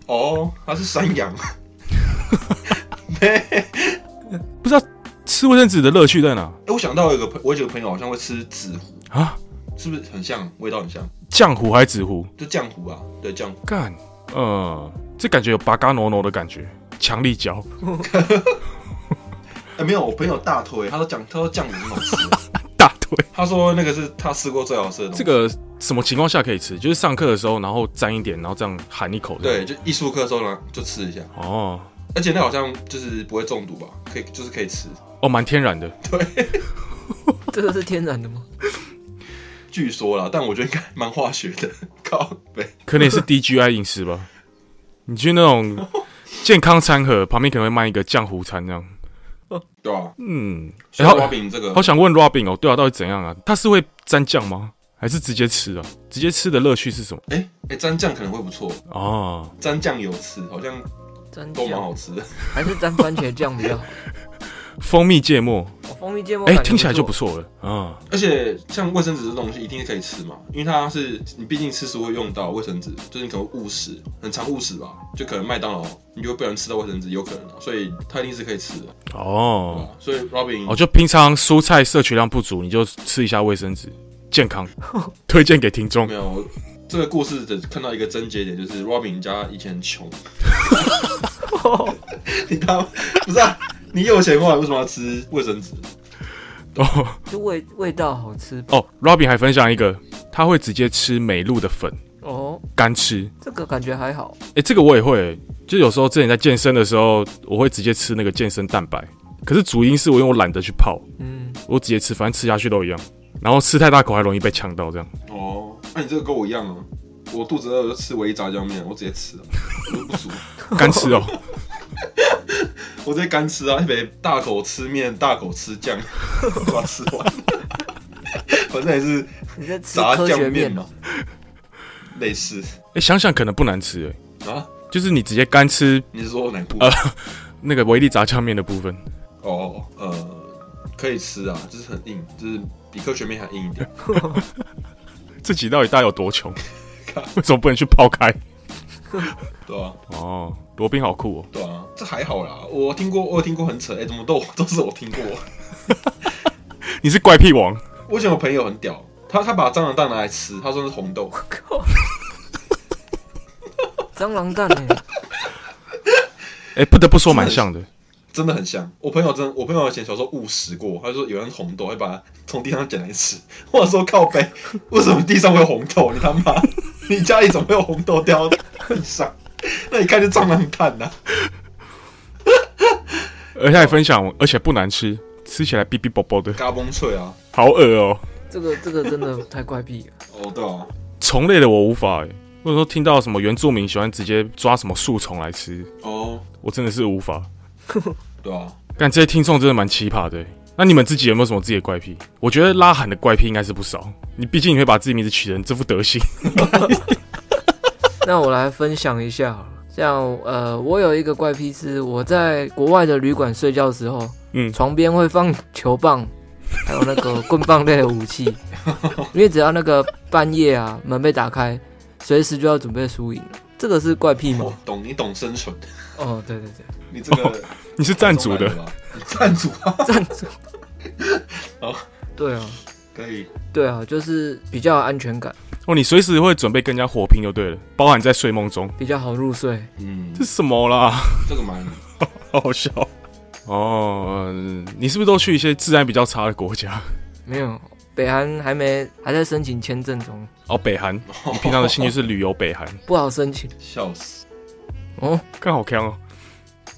[SPEAKER 1] 哦，它是山羊。哎、
[SPEAKER 2] 不知道吃卫生纸的乐趣在哪
[SPEAKER 1] 哎我想到有一个朋，我有几个朋友好像会吃纸糊，
[SPEAKER 2] 啊？
[SPEAKER 1] 是不是很像？味道很像，
[SPEAKER 2] 浆糊还是纸糊？
[SPEAKER 1] 就浆糊啊，对浆糊。
[SPEAKER 2] 干，呃，这感觉有拔嘎挪挪的感觉，强力胶。
[SPEAKER 1] 哎、没有，我朋友大推，他说讲，他说浆糊很好
[SPEAKER 2] *laughs*
[SPEAKER 1] 吃，
[SPEAKER 2] *laughs* 大腿，
[SPEAKER 1] 他说那个是他吃过最好吃的东西。
[SPEAKER 2] 这个什么情况下可以吃？就是上课的时候，然后沾一点，然后这样含一口。
[SPEAKER 1] 对，，就艺术课的时候呢，就吃一下，
[SPEAKER 2] 哦，
[SPEAKER 1] 而且那好像就是不会中毒吧？可以，就是可以吃。
[SPEAKER 2] 哦，蛮天然的。
[SPEAKER 3] 这个是天然的吗？
[SPEAKER 1] 据说啦，但我觉得应该蛮化学的。 *laughs* 靠北，
[SPEAKER 2] 可能也 *laughs* 是 DGI 饮食吧。你去那种健康餐盒旁边可能会卖一个浆糊餐这样。
[SPEAKER 1] 对吧、啊？
[SPEAKER 2] 嗯，
[SPEAKER 1] 所
[SPEAKER 2] 然
[SPEAKER 1] 以
[SPEAKER 2] 后
[SPEAKER 1] 花饼这个
[SPEAKER 2] 好想问 Robin 哦，对啊，到底怎样啊？他是会沾酱吗？还是直接吃啊？直接吃的乐趣是什么？
[SPEAKER 1] 哎哎、沾酱可能会不错，
[SPEAKER 2] 哦，
[SPEAKER 1] 沾酱油吃好像
[SPEAKER 3] 沾
[SPEAKER 1] 都蛮
[SPEAKER 3] 酱
[SPEAKER 1] 好吃的。
[SPEAKER 3] 还是沾番茄酱比较好？
[SPEAKER 2] 蜂蜜芥末，
[SPEAKER 3] 哦蜂蜜芥末
[SPEAKER 2] 哎、
[SPEAKER 3] 感觉
[SPEAKER 2] 听起来就不
[SPEAKER 3] 错。
[SPEAKER 2] 错了啊。
[SPEAKER 1] 而且像卫生纸这东西一定可以吃嘛，因为它是你毕竟吃食会用到卫生纸，就是你可能误食，很常误食吧，就可能麦当劳你就会不小心吃到卫生纸，有可能啊，所以它一定是可以吃的。
[SPEAKER 2] 哦
[SPEAKER 1] 哦、，所以 Robin，、
[SPEAKER 2] 哦，就平常蔬菜摄取量不足，你就吃一下卫生纸，健康，推荐给听众
[SPEAKER 1] 没。有我这个故事只看到一个症结点，就是 Robin 家以前很穷，你他妈不是啊？你有钱的话，为什么要吃卫生纸？
[SPEAKER 2] 哦
[SPEAKER 3] 就味味道好吃吧
[SPEAKER 2] 哦，Robin 还分享一个，他会直接吃美露的粉，
[SPEAKER 3] 哦，
[SPEAKER 2] 干吃。
[SPEAKER 3] 这个感觉还好。
[SPEAKER 2] 哎、这个我也会、就有时候之前在健身的时候，我会直接吃那个健身蛋白，可是主因是我因为我懒得去泡，
[SPEAKER 3] 嗯，
[SPEAKER 2] 我直接吃，反正吃下去都一样。然后吃太大口还容易被呛到，这样。
[SPEAKER 1] 哦，那、你这个跟我一样啊，我肚子饿我就吃唯一炸酱面，我直接吃啊，我都不煮。
[SPEAKER 2] 干吃哦，
[SPEAKER 1] 我直接干吃啊，台北大口吃面，大口吃酱， *laughs* 把它吃完。反正也是
[SPEAKER 3] 你在吃
[SPEAKER 1] 炸
[SPEAKER 3] 科学
[SPEAKER 1] 酱
[SPEAKER 3] 面
[SPEAKER 1] 嘛，类似
[SPEAKER 2] 哎、想想可能不难吃、诶
[SPEAKER 1] 啊？
[SPEAKER 2] 就是你直接干吃
[SPEAKER 1] 你是说哪部？
[SPEAKER 2] 呃那个维力炸酱面的部分。
[SPEAKER 1] 哦，呃，可以吃啊，就是很硬，就是比科学面还硬一点。
[SPEAKER 2] 自己到底大家有多穷？为什么不能去泡开？
[SPEAKER 1] 对啊，
[SPEAKER 2] 哦，罗宾好酷哦！
[SPEAKER 1] 对啊，这还好啦。我听过，我有听过很扯，哎、怎么都都是我听过。
[SPEAKER 2] 你是怪癖王，
[SPEAKER 1] 我以前有朋友很屌，他他把蟑螂蛋拿来吃，他说是红豆，
[SPEAKER 3] *laughs* 蟑螂蛋哎、
[SPEAKER 2] 哎、不得不说蛮像的。
[SPEAKER 1] 真的很像。我朋友真的，我朋友以前小时候误食过，他说有人红豆会把它从地上捡来吃。我说靠背，为什么地上会有红豆？你他妈，你家里怎么会有红豆掉到地上？那一看就蟑螂蛋啊呐、
[SPEAKER 2] 而且还分享，而且不难吃，吃起来哔哔啵啵的，
[SPEAKER 1] 嘎嘣脆啊！
[SPEAKER 2] 好恶哦、
[SPEAKER 3] 这个这个真的太怪癖了。
[SPEAKER 1] 哦，对啊，
[SPEAKER 2] 虫类的我无法哎、或者说听到什么原住民喜欢直接抓什么树虫来吃，
[SPEAKER 1] 哦，
[SPEAKER 2] 我真的是无法。
[SPEAKER 1] 对啊，
[SPEAKER 2] 但这些听众真的蛮奇葩的欸、那你们自己有没有什么自己的怪癖？我觉得拉喊的怪癖应该是不少。你毕竟你会把自己名字取成这副德行， *laughs*
[SPEAKER 3] 那我来分享一下好了，像呃，我有一个怪癖是我在国外的旅馆睡觉的时候，
[SPEAKER 2] 嗯，
[SPEAKER 3] 床边会放球棒，还有那个棍棒类的武器，因为只要那个半夜啊门被打开，随时就要准备输赢了。这个是怪癖
[SPEAKER 1] 我
[SPEAKER 3] 吗？
[SPEAKER 1] 懂，哦你懂生存，
[SPEAKER 3] 哦，对对对，
[SPEAKER 1] 你这个
[SPEAKER 2] 你是赞主的，
[SPEAKER 1] 中来吧，你赞主啊，
[SPEAKER 3] 站住。
[SPEAKER 1] 好，
[SPEAKER 3] 对啊，
[SPEAKER 1] 可以，
[SPEAKER 3] 对啊，就是比较有安全感，
[SPEAKER 2] 哦，你随时会准备跟人家火拼就对了，包含在睡梦中。
[SPEAKER 3] 比较好入睡。
[SPEAKER 1] 嗯
[SPEAKER 2] 这，什么啦？
[SPEAKER 1] 这个蛮
[SPEAKER 2] 好好笑。哦、嗯你是不是都去一些治安比较差的国家？
[SPEAKER 3] 没有，北韩还没还在申请签证中，
[SPEAKER 2] 哦，北 *laughs* 韩。你平常的兴趣是旅游北韩，
[SPEAKER 3] 不好申请
[SPEAKER 1] 笑死，
[SPEAKER 3] 哦。
[SPEAKER 2] 刚好看哦。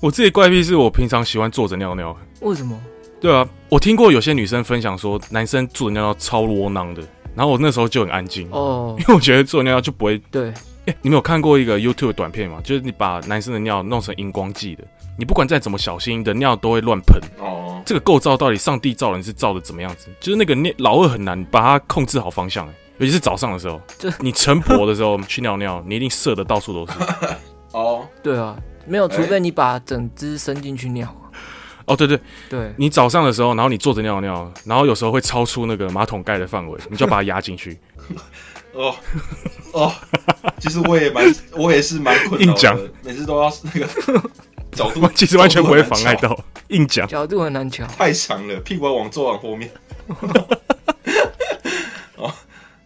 [SPEAKER 2] 我自己的怪癖是我平常喜欢坐着尿尿，
[SPEAKER 3] 为什么？
[SPEAKER 2] 对啊，我听过有些女生分享说，男生做的尿尿超窝囊的，然后我那时候就很安静，
[SPEAKER 3] 哦，
[SPEAKER 2] 因为我觉得做尿尿就不会。
[SPEAKER 3] 对，
[SPEAKER 2] 哎、你们有看过一个 YouTube 的短片吗？就是你把男生的尿弄成荧光剂的，你不管再怎么小心，你的尿都会乱喷。
[SPEAKER 1] 哦，
[SPEAKER 2] 这个构造到底上帝造人是造的怎么样子？就是那个尿老二很难把它控制好方向、欸尤其是早上的时候
[SPEAKER 3] 这，
[SPEAKER 2] 你晨勃的时候 *laughs* 去尿尿，你一定射的到处都是。
[SPEAKER 1] 哦，
[SPEAKER 3] 对啊，没有，
[SPEAKER 1] 哎
[SPEAKER 3] 除非你把整只伸进去尿。
[SPEAKER 2] 哦，对对，
[SPEAKER 3] 对，
[SPEAKER 2] 你早上的时候，然后你坐着尿尿，然后有时候会超出那个马桶盖的范围，你就要把它压进 *laughs* 去。
[SPEAKER 1] 哦，哦，其实我也蛮，我也是蛮困
[SPEAKER 2] 硬
[SPEAKER 1] 扰
[SPEAKER 2] 讲
[SPEAKER 1] 的，每次都要那
[SPEAKER 2] *laughs*
[SPEAKER 1] 个角度
[SPEAKER 2] 我，其实完全不会妨碍
[SPEAKER 1] 角度很难
[SPEAKER 2] 到，硬讲。
[SPEAKER 3] 角度很难瞧。
[SPEAKER 1] 瞧，太长了，屁股要往坐往后面。 *laughs* 哦，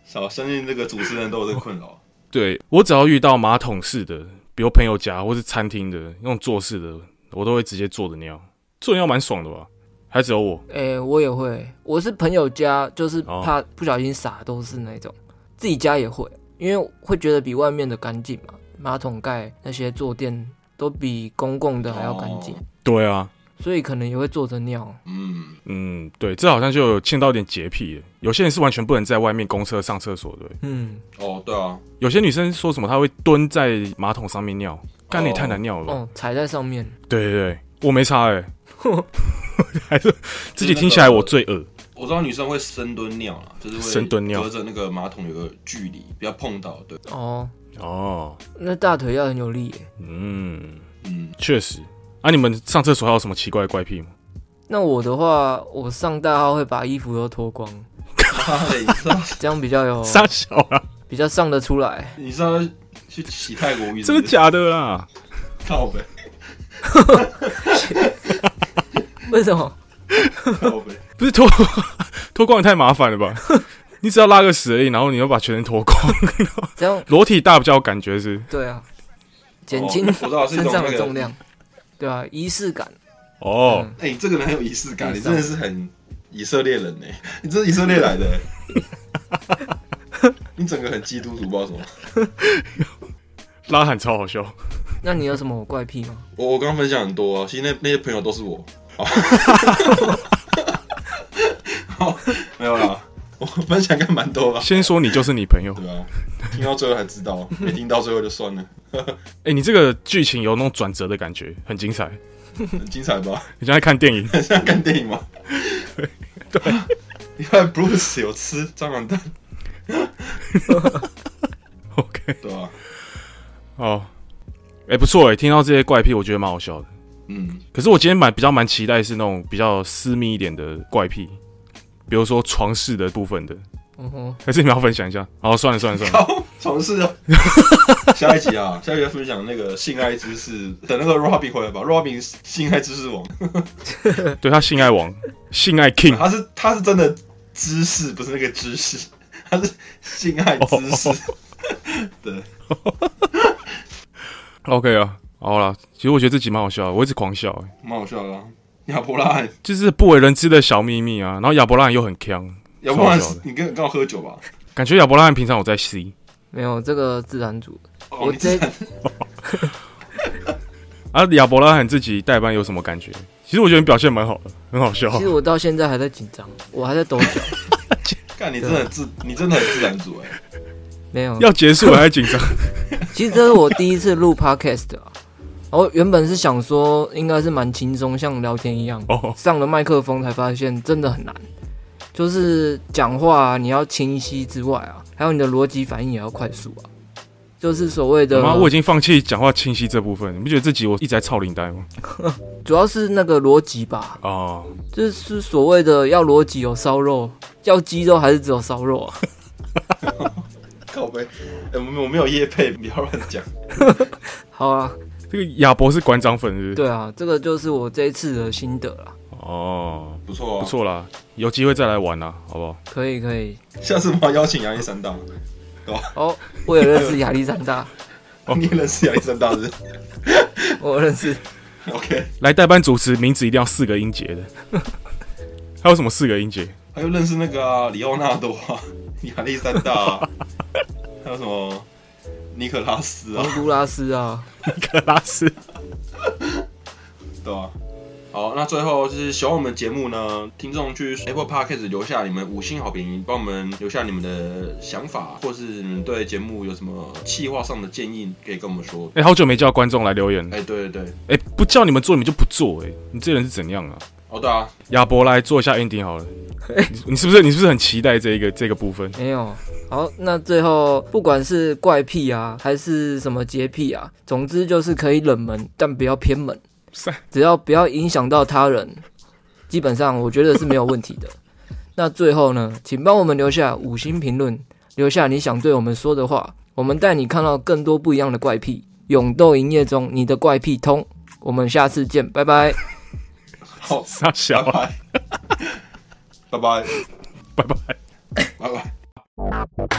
[SPEAKER 1] 少相信这个主持人都有这个困扰。
[SPEAKER 2] 对我只要遇到马桶式的，比如朋友家或是餐厅的那种坐式的，我都会直接坐着尿。坐着尿蛮爽的吧？还只有我
[SPEAKER 3] 哎、我也会，我是朋友家，就是
[SPEAKER 2] 哦
[SPEAKER 3] 怕不小心洒都是那种，自己家也会，因为会觉得比外面的干净嘛，马桶盖那些坐垫都比公共的还要干净，
[SPEAKER 1] 哦
[SPEAKER 2] 对啊，
[SPEAKER 3] 所以可能也会坐着尿。
[SPEAKER 1] 嗯，
[SPEAKER 2] 嗯，对，这好像就有欠到一点洁癖了。有些人是完全不能在外面公厕上厕所的，
[SPEAKER 3] 嗯，
[SPEAKER 1] 哦，对啊，
[SPEAKER 2] 有些女生说什么她会蹲在马桶上面尿，干你也太难尿了吧？
[SPEAKER 3] 哦，踩在上面，
[SPEAKER 2] 对对对，我没差哎、
[SPEAKER 3] 哼
[SPEAKER 2] 还是自己听起来我最恶。
[SPEAKER 1] 我知道女生会深蹲尿啦，就是会
[SPEAKER 2] 深蹲尿
[SPEAKER 1] 隔着那个马桶有个距离，不要碰到。对，
[SPEAKER 3] 哦，
[SPEAKER 2] 哦，
[SPEAKER 3] 那大腿要很有力耶。
[SPEAKER 2] 嗯，
[SPEAKER 1] 嗯，
[SPEAKER 2] 确实。啊，你们上厕所还有什么奇怪的怪癖吗？
[SPEAKER 3] 那我的话，我上大号会把衣服都脱光，
[SPEAKER 1] 妈的，你知道
[SPEAKER 3] 这样比较有
[SPEAKER 2] 傻小啊，
[SPEAKER 3] 比较上得出来。
[SPEAKER 1] 你知道去洗泰国浴是
[SPEAKER 2] 真
[SPEAKER 1] 不
[SPEAKER 2] 的
[SPEAKER 1] 是？
[SPEAKER 2] 假的啦？
[SPEAKER 1] 靠呗，
[SPEAKER 3] *laughs* 为什么？
[SPEAKER 1] 靠呗，
[SPEAKER 2] 不是脱脱光也太麻烦了吧？你只要拉个屎而已，然后你又把全身脱光，
[SPEAKER 3] 这样
[SPEAKER 2] 裸体大比较有感觉是？
[SPEAKER 3] 对啊，减
[SPEAKER 1] 哦
[SPEAKER 3] 轻
[SPEAKER 1] 我知道是一
[SPEAKER 3] 身
[SPEAKER 1] 种
[SPEAKER 3] 上
[SPEAKER 1] 那
[SPEAKER 3] 的
[SPEAKER 1] 个
[SPEAKER 3] 重量，对啊，仪式感。
[SPEAKER 2] 哦，
[SPEAKER 3] 嗯
[SPEAKER 1] 哎、你这个人很有仪式感，
[SPEAKER 3] 地
[SPEAKER 1] 你
[SPEAKER 3] 上
[SPEAKER 1] 真的是很以色列人呢、 *laughs* 你这是以色列来的、 *laughs* 你整个很基督徒，不知道什么。
[SPEAKER 2] 拉喊超好笑。
[SPEAKER 3] 那你有什么怪癖吗？
[SPEAKER 1] 我我刚刚分享很多啊，其实那那些朋友都是我。 *laughs* 好，好没有啦，我分享应该蛮多吧，
[SPEAKER 2] 先说你就是你朋友
[SPEAKER 1] 对。吧、听到最后才知道，没听到最后就算了，
[SPEAKER 2] 哎、你这个剧情有那种转折的感觉，很精彩。
[SPEAKER 1] 很精彩吧？
[SPEAKER 2] 你像在看电影， *laughs*
[SPEAKER 1] 很像看电影吗？
[SPEAKER 2] 对，
[SPEAKER 1] *laughs* 你看 Bruce 有吃蟑螂蛋，
[SPEAKER 2] OK，
[SPEAKER 1] 对吧、
[SPEAKER 2] 哦，哎、不错哎、听到这些怪癖，我觉得蛮好笑的。
[SPEAKER 1] 嗯，
[SPEAKER 2] 可是我今天蛮比较蛮期待是那种比较私密一点的怪癖，比如说床事的部分的，
[SPEAKER 3] 嗯哼，
[SPEAKER 2] 还是你们要分享一下？好，算了算了算了，
[SPEAKER 1] 好，尝试 *laughs* 啊。下一集啊，下一集要分享那个性爱知识，等那个 Robin 回来吧。Robin 是性爱知识王，
[SPEAKER 2] 对他性爱王，性爱 King，
[SPEAKER 1] 他是他是真的知识，不是那个知识，他是性爱知识。对，
[SPEAKER 2] OK 啊，好啦，其实我觉得这集蛮好笑的，我一直狂笑、欸，
[SPEAKER 1] 蛮好笑的、啊。亚伯拉罕，
[SPEAKER 2] 就是不为人知的小秘密啊。然后亚伯拉罕又很强，
[SPEAKER 1] 亚伯拉
[SPEAKER 2] 超好笑
[SPEAKER 1] 罕
[SPEAKER 2] 的，
[SPEAKER 1] 你跟跟我喝酒吧？
[SPEAKER 2] 感觉亚伯拉罕平常有在吸
[SPEAKER 3] 没有这个自然组，
[SPEAKER 1] 哦，
[SPEAKER 3] 我
[SPEAKER 1] 你这
[SPEAKER 3] 这
[SPEAKER 2] 啊。亚伯拉罕自己代班有什么感觉？其实我觉得你表现蛮好的，很好笑
[SPEAKER 3] 其。实我到现在还在紧张，我还在抖脚，
[SPEAKER 1] 看你真的很自，你真的很自然组哎、
[SPEAKER 3] 没有。
[SPEAKER 2] 要结束了还紧
[SPEAKER 3] *laughs*
[SPEAKER 2] 张，
[SPEAKER 3] 其实这是我第一次录 podcast 啊，我原本是想说应该是蛮轻松，像聊天一样，
[SPEAKER 2] 哦
[SPEAKER 3] 上了麦克风才发现真的很难，就是讲话、你要清晰之外啊，还有你的逻辑反应也要快速啊，就是所谓的
[SPEAKER 2] 妈，我已经放弃讲话清晰这部分。你不觉得这集我一直在操领带吗？
[SPEAKER 3] 主要是那个逻辑吧，
[SPEAKER 2] 哦，
[SPEAKER 3] 就是所谓的要逻辑有烧肉，要鸡肉还是只有烧肉啊？ *laughs*
[SPEAKER 1] 靠背，哎、我们我没有夜配，不要乱讲。
[SPEAKER 3] 好啊，
[SPEAKER 2] 这个亚伯是馆长粉是不是？
[SPEAKER 3] 对啊，这个就是我这一次的心得啦。
[SPEAKER 2] 哦，
[SPEAKER 1] 不错啊，
[SPEAKER 2] 不。错啦，有机会再来玩啦，好不好？
[SPEAKER 3] 可以可以，
[SPEAKER 1] 下次我们要邀请杨一山大，
[SPEAKER 3] 哦，我也认识亚历山大，
[SPEAKER 1] 你也认识杨一山大是不是？
[SPEAKER 3] 我认识
[SPEAKER 1] OK，
[SPEAKER 2] 来代班主持，名字一定要四个音节的。 *laughs* 还有什么四个音节？
[SPEAKER 1] 还有认识那个啊，里奥纳多啊， *laughs* 亚历山大
[SPEAKER 2] *laughs*
[SPEAKER 1] 啊，还有什么尼可拉
[SPEAKER 2] 哦
[SPEAKER 1] 斯啊，
[SPEAKER 3] 洪都拉斯啊，
[SPEAKER 2] 克拉斯。
[SPEAKER 1] 对吧、啊？好，那最后就是喜欢我们节目呢，听众去 Apple Podcast 留下你们五星好评，帮我们留下你们的想法，或是你们对节目有什么企划上的建议，可以跟我们说。
[SPEAKER 2] 哎、好久没叫观众来留言，
[SPEAKER 1] 哎、对对对，
[SPEAKER 2] 哎、不叫你们做你们就不做、哎，你这人是怎样啊？
[SPEAKER 1] 哦对
[SPEAKER 2] *laughs*
[SPEAKER 1] 啊，
[SPEAKER 2] 亚伯来做一下 ending 好了，你你是不是你是不是很期待这一个这个部分？
[SPEAKER 3] 没有。好，那最后不管是怪癖啊，还是什么洁癖啊，总之就是可以冷门，但不要偏门
[SPEAKER 2] 是啊，
[SPEAKER 3] 只要不要影响到他人，基本上我觉得是没有问题的。那最后呢，请帮我们留下五星评论，留下你想对我们说的话，我们带你看到更多不一样的怪癖。勇斗营业中，你的怪癖通。我们下次见，拜拜。
[SPEAKER 1] 好，
[SPEAKER 2] 傻小啊，
[SPEAKER 1] 拜拜，
[SPEAKER 2] *laughs* 拜拜。
[SPEAKER 1] 拜拜。